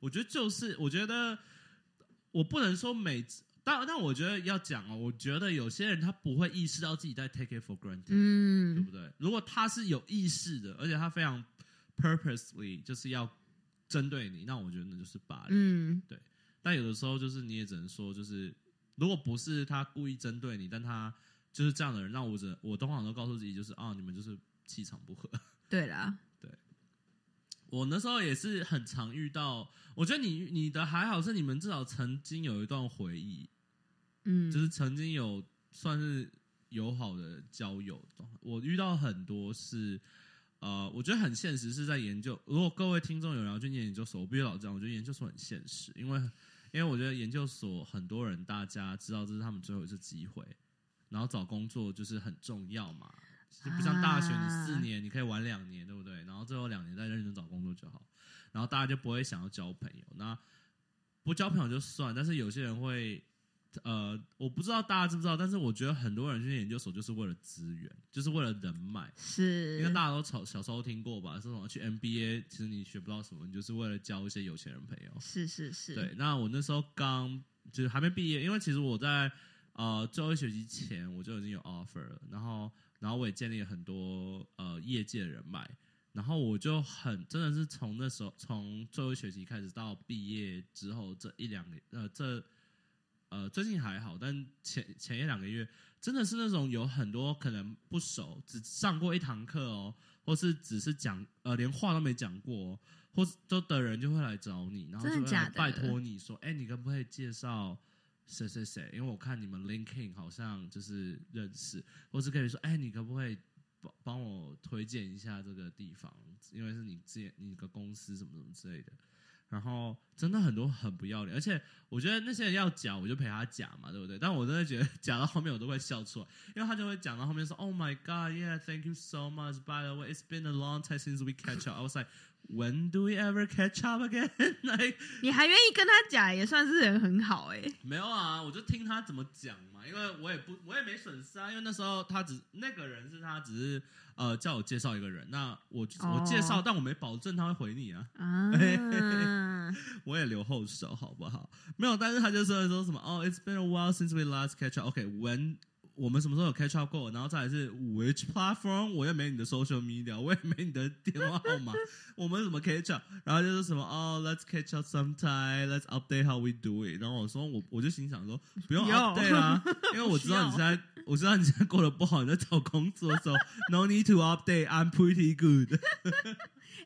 我觉得就是我觉得我不能说每次。但但我觉得要讲哦，我觉得有些人他不会意识到自己在 take it for granted，、对
嗯
不对？如果他是有意识的，而且他非常 purposely 就是要针对你，那我觉得那就是霸凌。
嗯，
但有的时候就是你也只能说，就是如果不是他故意针对你，但他就是这样的人，那我只我通常都告诉自己就是啊，你们就是气场不合。 (laughs)
对啦，
我那时候也是很常遇到，我觉得你你的还好是你们至少曾经有一段回忆，
嗯，
就是曾经有算是友好的交友，我遇到很多是，呃，我觉得很现实是在研究。如果各位听众有人要去念研究所，我必须老这样，我觉得研究所很现实，因为因为我觉得研究所很多人大家知道这是他们最后一次机会，然后找工作就是很重要嘛，就不像大学你
啊
四年你可以玩两年，对不对？然后最后两年再认真找工作就好，然后大家就不会想要交朋友。那不交朋友就算，但是有些人会，呃，我不知道大家知不知道，但是我觉得很多人去研究所就是为了资源，就是为了人脉。因
是
为大家都小小时候听过吧，这种去 MBA，其实你学不到什么，你就是为了交一些有钱人朋友。
是是是，
对，那我那时候刚就是还没毕业，因为其实我在呃最后一学期前我就已经有 offer 了，然后然后我也建立了很多呃业界人脉，然后我就很真的是从那时候从最后一学期开始到毕业之后这一两个呃这呃最近还好，但前前一两个月真的是那种有很多可能不熟，只上过一堂课哦，或是只是讲呃连话都没讲过、哦，或是都的人就会来找你，然后就
真的
会来
假的
拜托你说，哎，你可不可以介绍谁谁谁？因为我看你们 LinkedIn 好像就是认识，或是可以说，哎，你可不可以帮帮我推荐一下这个地方？因为是你自己你的公司什么什么之类的。然后真的很多很不要脸，而且我觉得那些人要假，我就陪他假嘛，对不对？但我真的觉得假到后面我都会笑出来，因为他就会讲到后面说，Oh my God, yeah, thank you so much. By the way, it's been a long time since we catch up. I was like, when do we ever catch up again? (laughs) like
你还愿意跟他讲，也算是人很好哎、
没有啊，我就听他怎么讲嘛，因为我也不我也没损失啊，因为那时候他只那个人是他只是呃叫我介绍一个人，那我、我介绍，
哦
但我没保证他会回你啊。
啊，
(laughs) 我也留后手，好不好？没有，但是他就说说什么哦，It's been a while since we last catch up. OK, when 我们什么时候有 catch up 过？然后再来是 Which platform？我也没你的 social media，我也没你的电话号码， (laughs) 我们怎么 catch up？然后就是什么哦，Let's catch up sometime. Let's update how we do it. 然后我说我我就心想说不用
不用
update 啦，因为我知道你现在我知道你现在过得不好，你在找工作的时候，No need to update. I'm pretty good.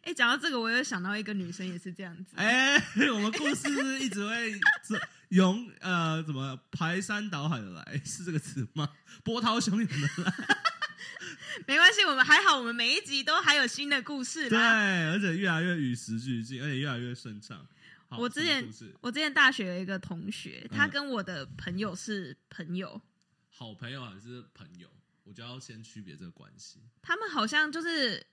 哎、讲到这个，我有想到一个女生也是这样子，
哎、我们故事是一直会这永呃怎么排山倒海的来，是这个词吗？ (laughs) 波涛汹涌的
(laughs)
来，
没关系，我们还好，我们每一集都还有新的故事
对，啊
啦。
而且越来越与时俱进，而且越来越顺畅。好
我
什
之
么
前
故事
我之前大学有一个同学，他
嗯
跟我的朋友是朋友，
好朋友还是朋友，我就要先区别这个关系。
他们好像就是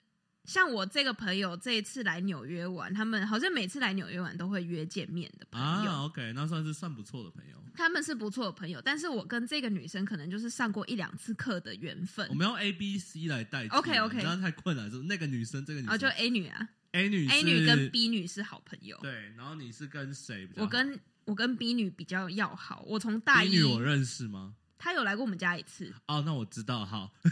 像我这个朋友这一次来纽约玩，他们好像每次来纽约玩都会约见面的朋友。
啊，OK，那算是算不错的朋友。
他们是不错的朋友，但是我跟这个女生可能就是上过一两次课的缘分
我，们用 A、B、C 来代替
OK，OK
这样太困难。就是那个女生，这个女
然
生，
后就 A 女啊
A 女
，A
是
女跟 B 女是好朋友，
对，然后你是跟谁比较好？
我跟我跟 B 女比较要好，我从大
B
一
女，我认识吗？
她有来过我们家一次，
哦，那我知道，好。 (laughs)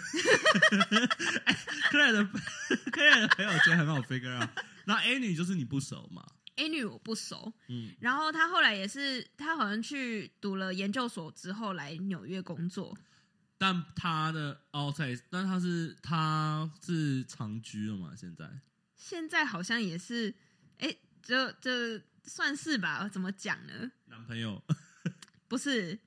克莱的 (laughs) 克莱的朋友圈很好 figure out。那 A 女就是你不熟嘛？
A 女我不熟，
嗯，
然后她后来也是，她好像去读了研究所之后来纽约工作，
但她的哦，对，但她是她是长居了嘛？现在
现在好像也是，哎，这这算是吧？怎么讲呢？
男朋友 (coughs)
不是，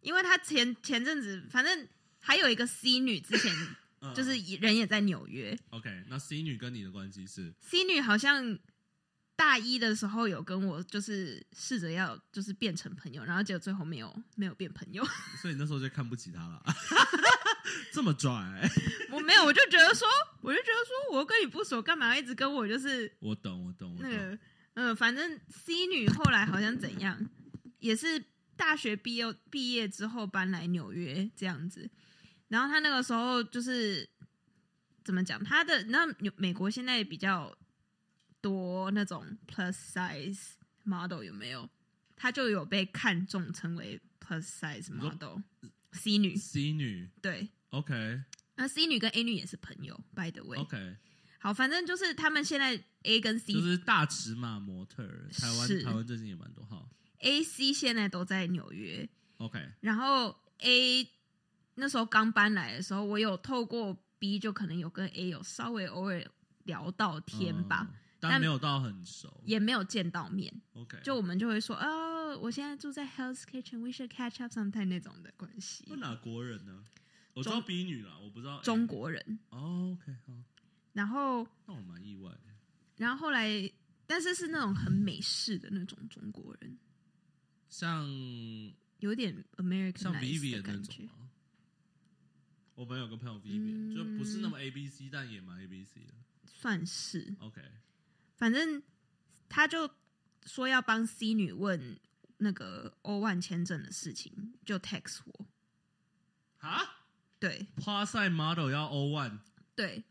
因为她前前阵子，反正还有一个 C 女之前
嗯
就是也人也在纽约。
OK，那 C 女跟你的关系是
C 女好像大一的时候有跟我就是试着要就是变成朋友，然后结果最后没有没有变朋友。
所以你那时候就看不起他了， (laughs) 这么拽、
我没有，我就觉得说， (laughs) 我就觉得说，我又跟你不熟，干嘛一直跟我就是
我懂，我懂，我
那
懂。
个嗯，反正 C 女后来好像怎样，也是大学毕业毕业之后搬来纽约这样子。然后她那个时候就是怎么讲，她的那纽美国现在比较多那种 plus size model 有没有？她就有被看中成为 plus size
说
model C 女，
C 女
对。
，OK
那 C 女跟 A 女也是朋友，by the way。
OK，
好，反正就是他们现在 A 跟 C、
哦就是大尺码模特儿，台湾
是
台湾最近也蛮多哈。
A、C 现在都在纽约，
OK，
然后 A 那时候刚搬来的时候，我有透过 B 就可能有跟 A 有稍微偶尔聊到天吧，
嗯但
但
没有到很熟。
也没有见到面，
OK，
就我们就会说哦，我现在住在 Hell's Kitchen，we should catch up sometime 那种的关系
那。哪国人呢？我知道 B 女啦，我不知道 A
中。国人，
哦 OK，好，
然后
那我蛮意外的。
然后后来，但是是那种很美式的那种中国人，
像
有点 American
像 Vivian
的
那
感觉
种。
嗯
吗？我朋友有个朋友 Vivian，、就不是那么 A B C，但也蛮 A B C 的。
算是，
OK，
反正他就说要帮 C 女问那个 O one 签证的事情，就 text 我。
哈，
对
花赛 model 要 O one，
对，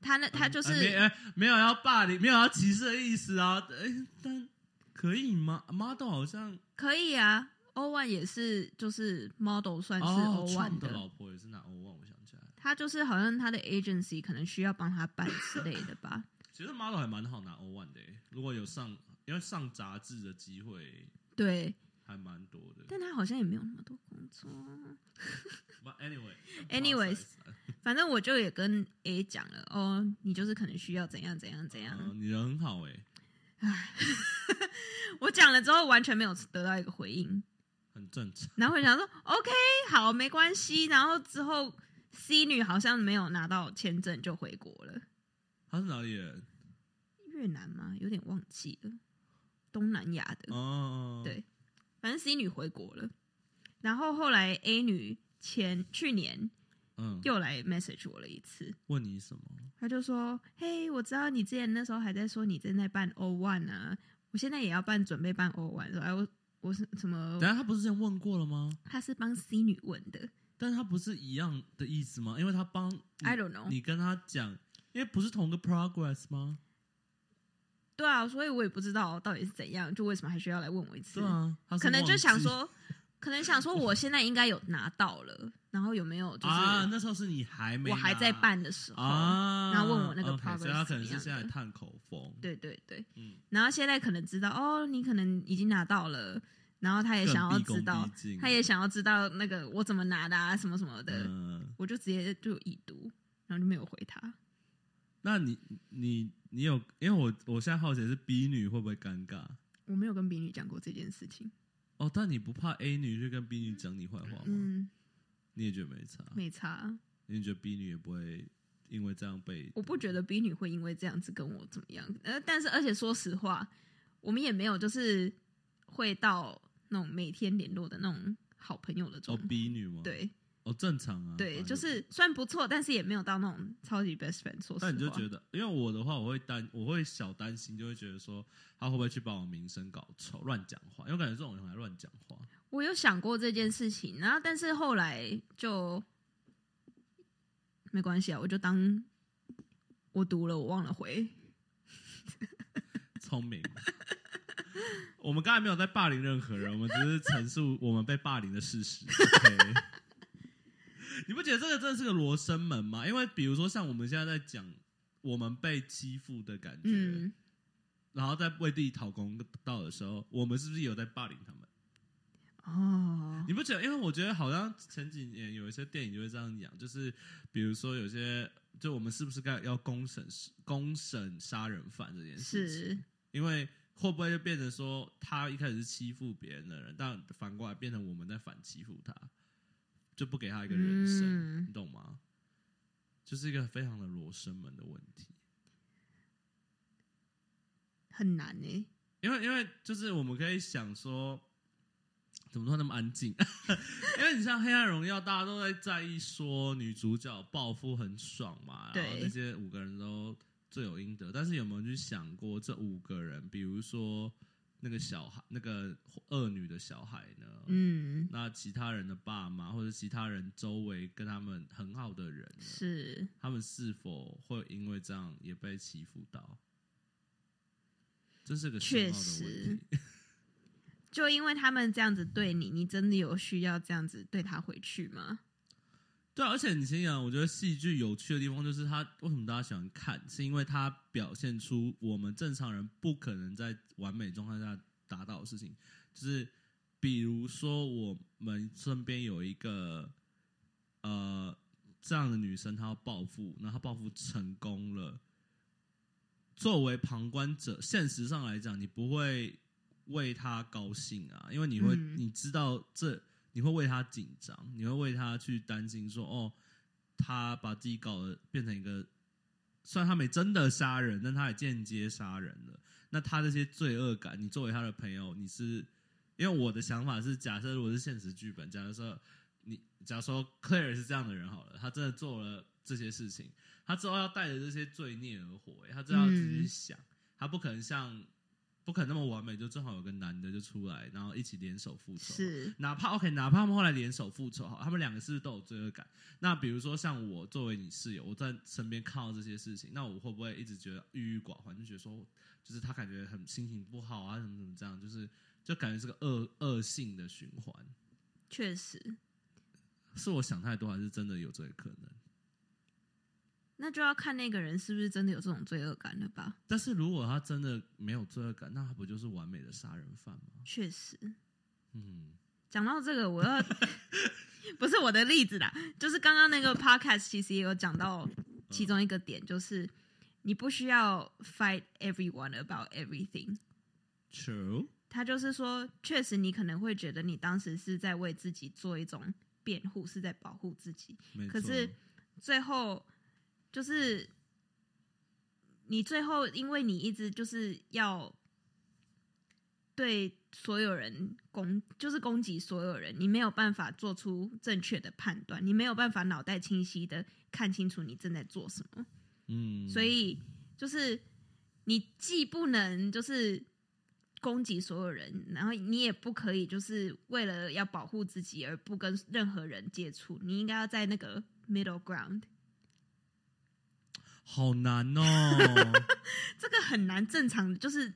他那他就是、
没哎没有要霸凌，没有要歧视的意思啊。哎、但可以吗？model 好像
可以啊，O one 也是就是 model 算是
哦
O
，Trump
one
的老婆也是拿 O one，我想起来了。
他就是好像他的 agency 可能需要帮他办之类的吧。
其实 model 还蛮好拿 O one 的、欸，如果有上要上杂志的机会
对，
还蛮多的。
但他好像也没有那么多工作。
But anyway,
(laughs) Anyways，
Plaza
反正我就也跟 A 讲了，哦，你就是可能需要怎样怎样怎样。
嗯你人很好哎、
我讲了之后完全没有得到一个回应，
很正常。
然后我想说 OK 好没关系，然后之后 C 女好像没有拿到签证就回国了，
他是哪里人？
越南吗？有点忘记了，东南亚的，
哦，
嗯对反正 C 女回国了，然后后来 A 女前去年
嗯，
又来 message 我了一次，
问你什么？
她就说嘿，我知道你之前那时候还在说你正在办 O one 啊，我现在也要办，准备办 O one，说哎我我是什么
等？下他不是之前问过了吗？
她是帮 C 女问的
但是他不是一样的意思吗？因为他帮你
，I don't know。
你跟他讲，因为不是同个 progress 吗？
对啊，所以我也不知道到底是怎样，就为什么还需要来问我一次？
对啊，他是
可能
忘
就
记
想说，可能想说我现在应该有拿到了，然后有没有就是
啊，那时候是你还没
我
拿，
还在办的时候，
啊，
然后问我那个
OK，所以
progress
他可能
怎么
是
样
现在
的
探口风，，
对对对，
嗯，
然后现在可能知道哦，你可能已经拿到了，然后他也想要
更毕恭
知道
毕，敬
他也想要知道那个我怎么拿的啊，什么什么的，
嗯，
我就直接就已读，然后就没有回他。
那你你你有，因为我我现在好奇的是 B 女会不会尴尬？
我没有跟比女讲过这件事情，
哦，但你不怕 A 女去跟 B 女讲你坏话吗？
嗯，
你也觉得没差？
没差，
你觉得 B 女也不会因为这样被哦
我不觉得 B 女会因为这样子跟我怎么样，呃，但是而且说实话，我们也没有就是会到那种每天联络的那种好朋友的
哦
状态。
B 女吗？，
对
哦正常啊，反
对，
正
就是虽然不错，但是也没有到那种超级 best friend。说实话，
但你就觉得，因为我的话，我会担，我会小担心，就会觉得说他会不会去把我名声搞臭，乱讲话，因为我感觉这种人还乱讲话。
我有想过这件事情，然后但是后来就没关系啊，我就当我读了，我忘了回。
聪明。我们刚才没有在霸凌任何人，我们只是陈述我们被霸凌的事实。OK 你不觉得这个真的是个罗生门吗？因为比如说像我们现在在讲我们被欺负的感觉，
嗯，
然后在为自己讨公道的时候，我们是不是也有在霸凌他们？
哦，
你不觉得？因为我觉得好像前几年有一些电影就会这样讲，就是比如说有些，就我们是不是该要公审公审杀人犯这件事情？
是
因为会不会就变成说他一开始是欺负别人的人，但反过来变成我们在反欺负他？就不给他一个人生，
嗯
你，懂吗？就是一个非常的罗生门的问题。
很难欸呢。
因为因为就是我们可以想说，怎么说那么安静？ (laughs) 因为你像《黑暗荣耀》，大家都在在意说女主角暴富很爽嘛，然后
对
那些五个人都罪有应得。但是有没有去想过这五个人，比如说那个小孩，那个恶女的小孩呢？
嗯，
那其他人的爸妈，或者其他人周围跟他们很好的人呢，
是
他们是否会因为这样也被欺负到？这是个深奥
确
的问
实
题。 (laughs)
就因为他们这样子对你，你真的有需要这样子对他回去吗？
对啊、而且你想想，我觉得戏剧有趣的地方就是它为什么大家喜欢看，是因为它表现出我们正常人不可能在完美状态下达到的事情，就是比如说我们身边有一个呃这样的女生，她要报复，然后她报复成功了，作为旁观者，现实上来讲，你不会为她高兴啊，因为你会、
嗯
你知道这你会为他紧张，你会为他去担心说，哦，他把自己搞得变成一个，虽然他没真的杀人，但他也间接杀人了。那他这些罪恶感，你作为他的朋友，你是因为我的想法是，假设如果是现实剧本，假设说你，假如说 Claire 是这样的人好了，他真的做了这些事情，他之后要带着这些罪孽而活、欸，他真的要自己去
嗯
想，他不可能像。不可能那么完美，就正好有个男的就出来，然后一起联手复仇。
是，
哪怕 OK，哪怕他们后来联手复仇，好，他们两个是不是都有罪恶感？那比如说像我作为你室友，我在身边看到这些事情，那我会不会一直觉得郁郁寡欢，就觉得说，就是他感觉很心情不好啊，怎么怎么这样，就是就感觉是个恶恶性的循环。
确实，
是我想太多，还是真的有这个可能？
那就要看那个人是不是真的有这种罪恶感了吧？
但是如果他真的没有罪恶感，那他不就是完美的杀人犯吗？
确实，
嗯，
讲到这个，我要不是我的例子啦，就是刚刚那个 podcast 其实也有讲到其中一个点，就是你不需要 fight everyone about everything。
true，
他就是说，确实你可能会觉得你当时是在为自己做一种辩护，是在保护自己，
没错。
可是最后就是你最后，因为你一直就是要对所有人攻，就是攻击所有人，你没有办法做出正确的判断，你没有办法脑袋清晰的看清楚你正在做什么，
嗯，
所以就是你既不能就是。攻击所有人，然后你也不可以就是为了要保护自己而不跟任何人接触，你应该要在那个 middle ground。
好难哦。
这个很难正常的，就是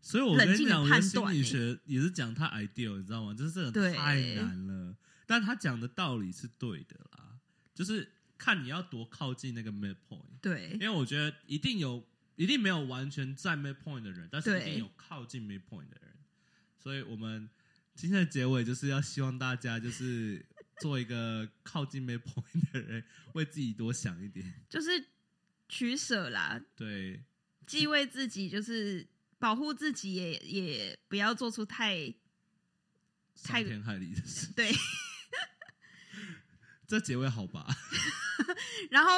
所以我跟你讲，我觉得
冷静地判
心
断
理学也是讲太 ideal，你知道吗？就是这个
对
太难了。但他讲的道理是对的啦，就是看你要多靠近那个 mid point，
对
因为我觉得一定有，一定没有完全在 mid point 的人，但是一
对
定有靠近 mid point 的人。所以我们今天的结尾就是要希望大家就是做一个靠近 mid point 的人，为自己多想一点。
就是取舍啦，
对，
既为自己就是保护自己也，也不要做出太
伤
太
天害理的事。
对， (laughs)
这结尾好吧？
然后。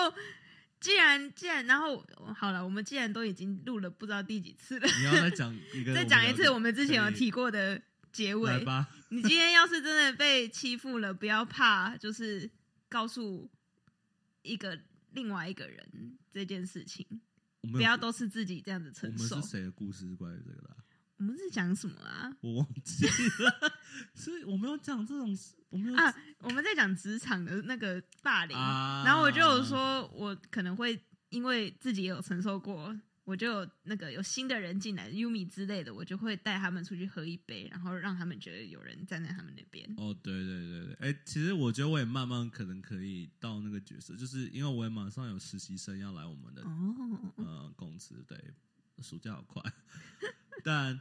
既然既然，然后好了，我们既然都已经录了不知道第几次了，
(laughs) 你要再讲一个，
(laughs) 再讲一次我们之前有
可以
提过的结
来
尾。
吧，
你今天要是真的被欺负了，不要怕，就是告诉一个另外一个人这件事情，
我们
不
有
要都是自己这样子
我
承
们
受
是。谁的故事是关于这个的啊、
我们是讲什么啊？
我忘记了， (laughs) 是我没有讲这种事，我没有
啊，我们在讲职场的那个霸凌，
啊
然后我就有说，我可能会因为自己也有承受过，我就有那个有新的人进来，Yumi 之类的，我就会带他们出去喝一杯，然后让他们觉得有人站在他们那边。
哦，对对对对，哎、其实我觉得我也慢慢可能可以到那个角色，就是因为我也马上有实习生要来我们的
哦，
呃公司，对，暑假好快， (laughs) 但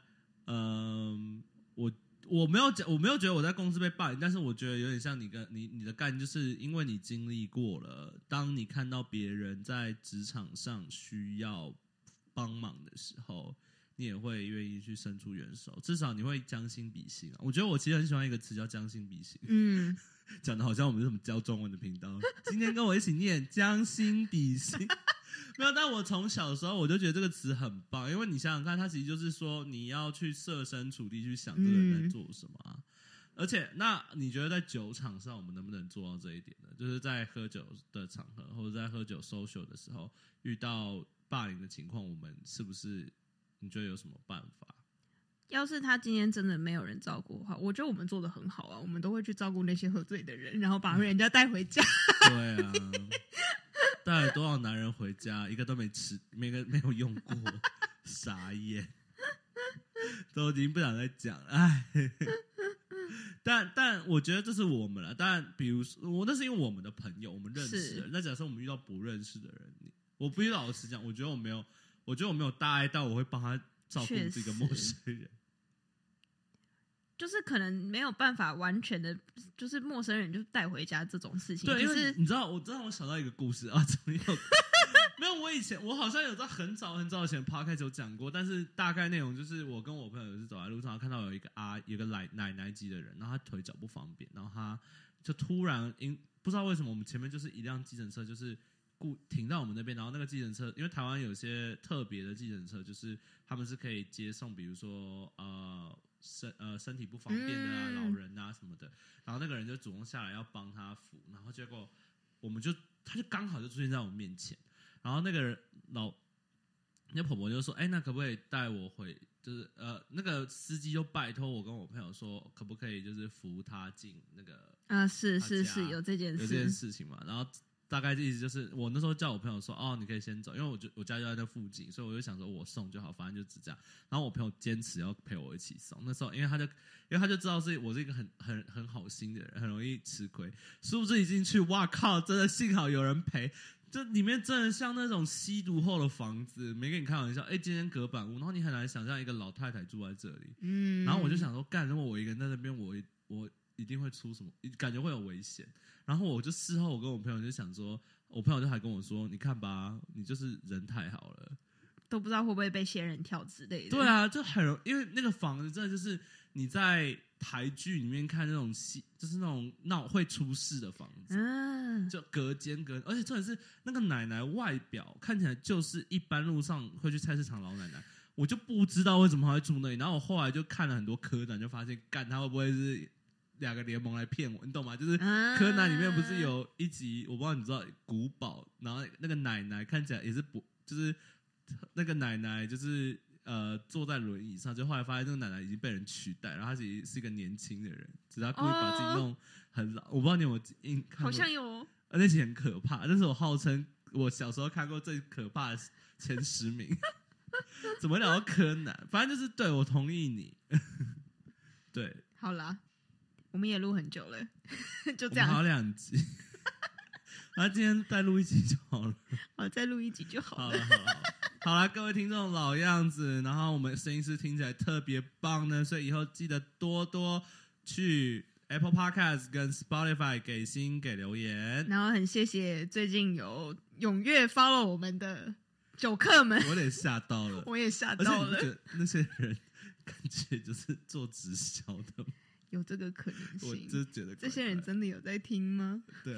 嗯、我我没有讲，我没有觉得我在公司被霸凌，但是我觉得有点像你跟你你的概念，就是因为你经历过了，当你看到别人在职场上需要帮忙的时候，你也会愿意去伸出援手，至少你会将心比心啊。我觉得我其实很喜欢一个词叫将心比心，
嗯，
讲的好像我们是什么教中文的频道。今天跟我一起念将心比心，没有。但我从小的时候我就觉得这个词很棒，因为你想想看，它其实就是说你要去设身处地去想这个人在
嗯
做什么啊。而且，那你觉得在酒场上，我们能不能做到这一点呢？就是在喝酒的场合，或者在喝酒 social 的时候，遇到霸凌的情况，我们是不是你觉得有什么办法？
要是他今天真的没有人照顾的话，我觉得我们做的很好啊，我们都会去照顾那些喝醉的人，然后把人家带回
(laughs)
家。
对啊，带了多少男人回家，一个都没吃，没个没有用过，傻眼， (laughs) 都已经不想再讲了，哎。 (laughs) 但但我觉得这是我们了，但比如说我那是因为我们的朋友，我们认识的人。
是
那假设我们遇到不认识的人，你我必须老实讲，我觉得我没有，我觉得我没有大爱到我会帮他照顾
确
这个陌
实
生人。
就是可能没有办法完全的，就是陌生人就带回家这种事情，
对，因
就
为
是
你知道，我真让我想到一个故事啊，怎
(laughs)
么又？没有，我以前我好像有在很早很早以前 podcast 有讲过，但是大概内容就是我跟我朋友是走在路上，看到有一个阿有个奶奶奶级的人，然后他腿脚不方便，然后他就突然因不知道为什么我们前面就是一辆计程车，就是故停到我们那边，然后那个计程车，因为台湾有些特别的计程车，就是他们是可以接送，比如说呃身呃身体不方便的啊、
嗯
老人啊什么的，然后那个人就主动下来要帮他扶，然后结果我们就他就刚好就出现在我们面前，然后那个人老那婆婆就说：“哎、那可不可以带我回？就是呃，那个司机就拜托我跟我朋友说，可不可以就是扶他进那个
啊、是是
他
是
家
有这件
有这件
事，
事情嘛，然后大概的意思就是，我那时候叫我朋友说，哦，你可以先走，因为我就我家就在那附近，所以我就想说我送就好，反正就只这样。然后我朋友坚持要陪我一起送，那时候因为他就因为他就知道是我是一个很很很好心的人，很容易吃亏，殊不知一进去，哇靠，真的幸好有人陪。这里面真的像那种吸毒后的房子，没跟你开玩笑。哎，今天隔板屋，然后你很难想象一个老太太住在这里，
嗯，
然后我就，想说，干，如果我一个人在那边，我一我一定会出什么，感觉会有危险。然后我就事后，我跟我朋友就想说，我朋友就还跟我说，你看吧，你就是人太好了。
都不知道会不会被仙人跳之类的，
对，啊，就很容，因为那个房子真的就是你在台剧里面看那种戏，就是那种闹会出事的房子。
嗯，
就隔间隔，而且重点是那个奶奶外表看起来就是一般路上会去菜市场老奶奶，我就不知道为什么她会住那里。然后我后来就看了很多柯南，就发现干她会不会是两个联盟来骗我，你懂吗？就是
啊
柯南里面不是有一集，我不知道你知道古堡，然后那个奶奶看起来也是不，就是那个奶奶就是呃坐在轮椅上，就后来发现那个奶奶已经被人取代，然后她其实是一个年轻的人，只是她故意把自己
哦
弄很老。我不知道你有没有印看过，
好像有哦，
呃那集很可怕，那是我号称我小时候看过最可怕的前十名。 (laughs) 怎么聊到柯南？反正就是对我同意你， (laughs) 对，
好啦，我们也录很久了， (laughs) 就
我
这
们还有
样，
两集， (laughs) 然后今天再录一集就好了。
我再录一集就好
好
了。
了好了好了，好了，各位听众老样子，然后我们声音是听起来特别棒呢，所以以后记得多多去 Apple Podcast 跟 Spotify 给星给留言。
然后很谢谢最近有踊跃 follow 我们的酒客们，
我有点吓到了，
我也吓
而且
到
你不
了
觉，得那些人 (laughs) 感觉就是做直销的吗，
有这个可能
我
性。
真觉得
这些人真的有在听吗？
对，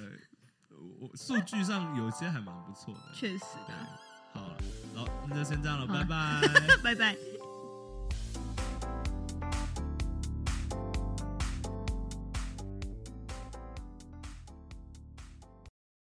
我我数据上有些还蛮不错的。
确实
对
的，
好了，好，那就先这样了，
好
拜
了
拜。
拜拜。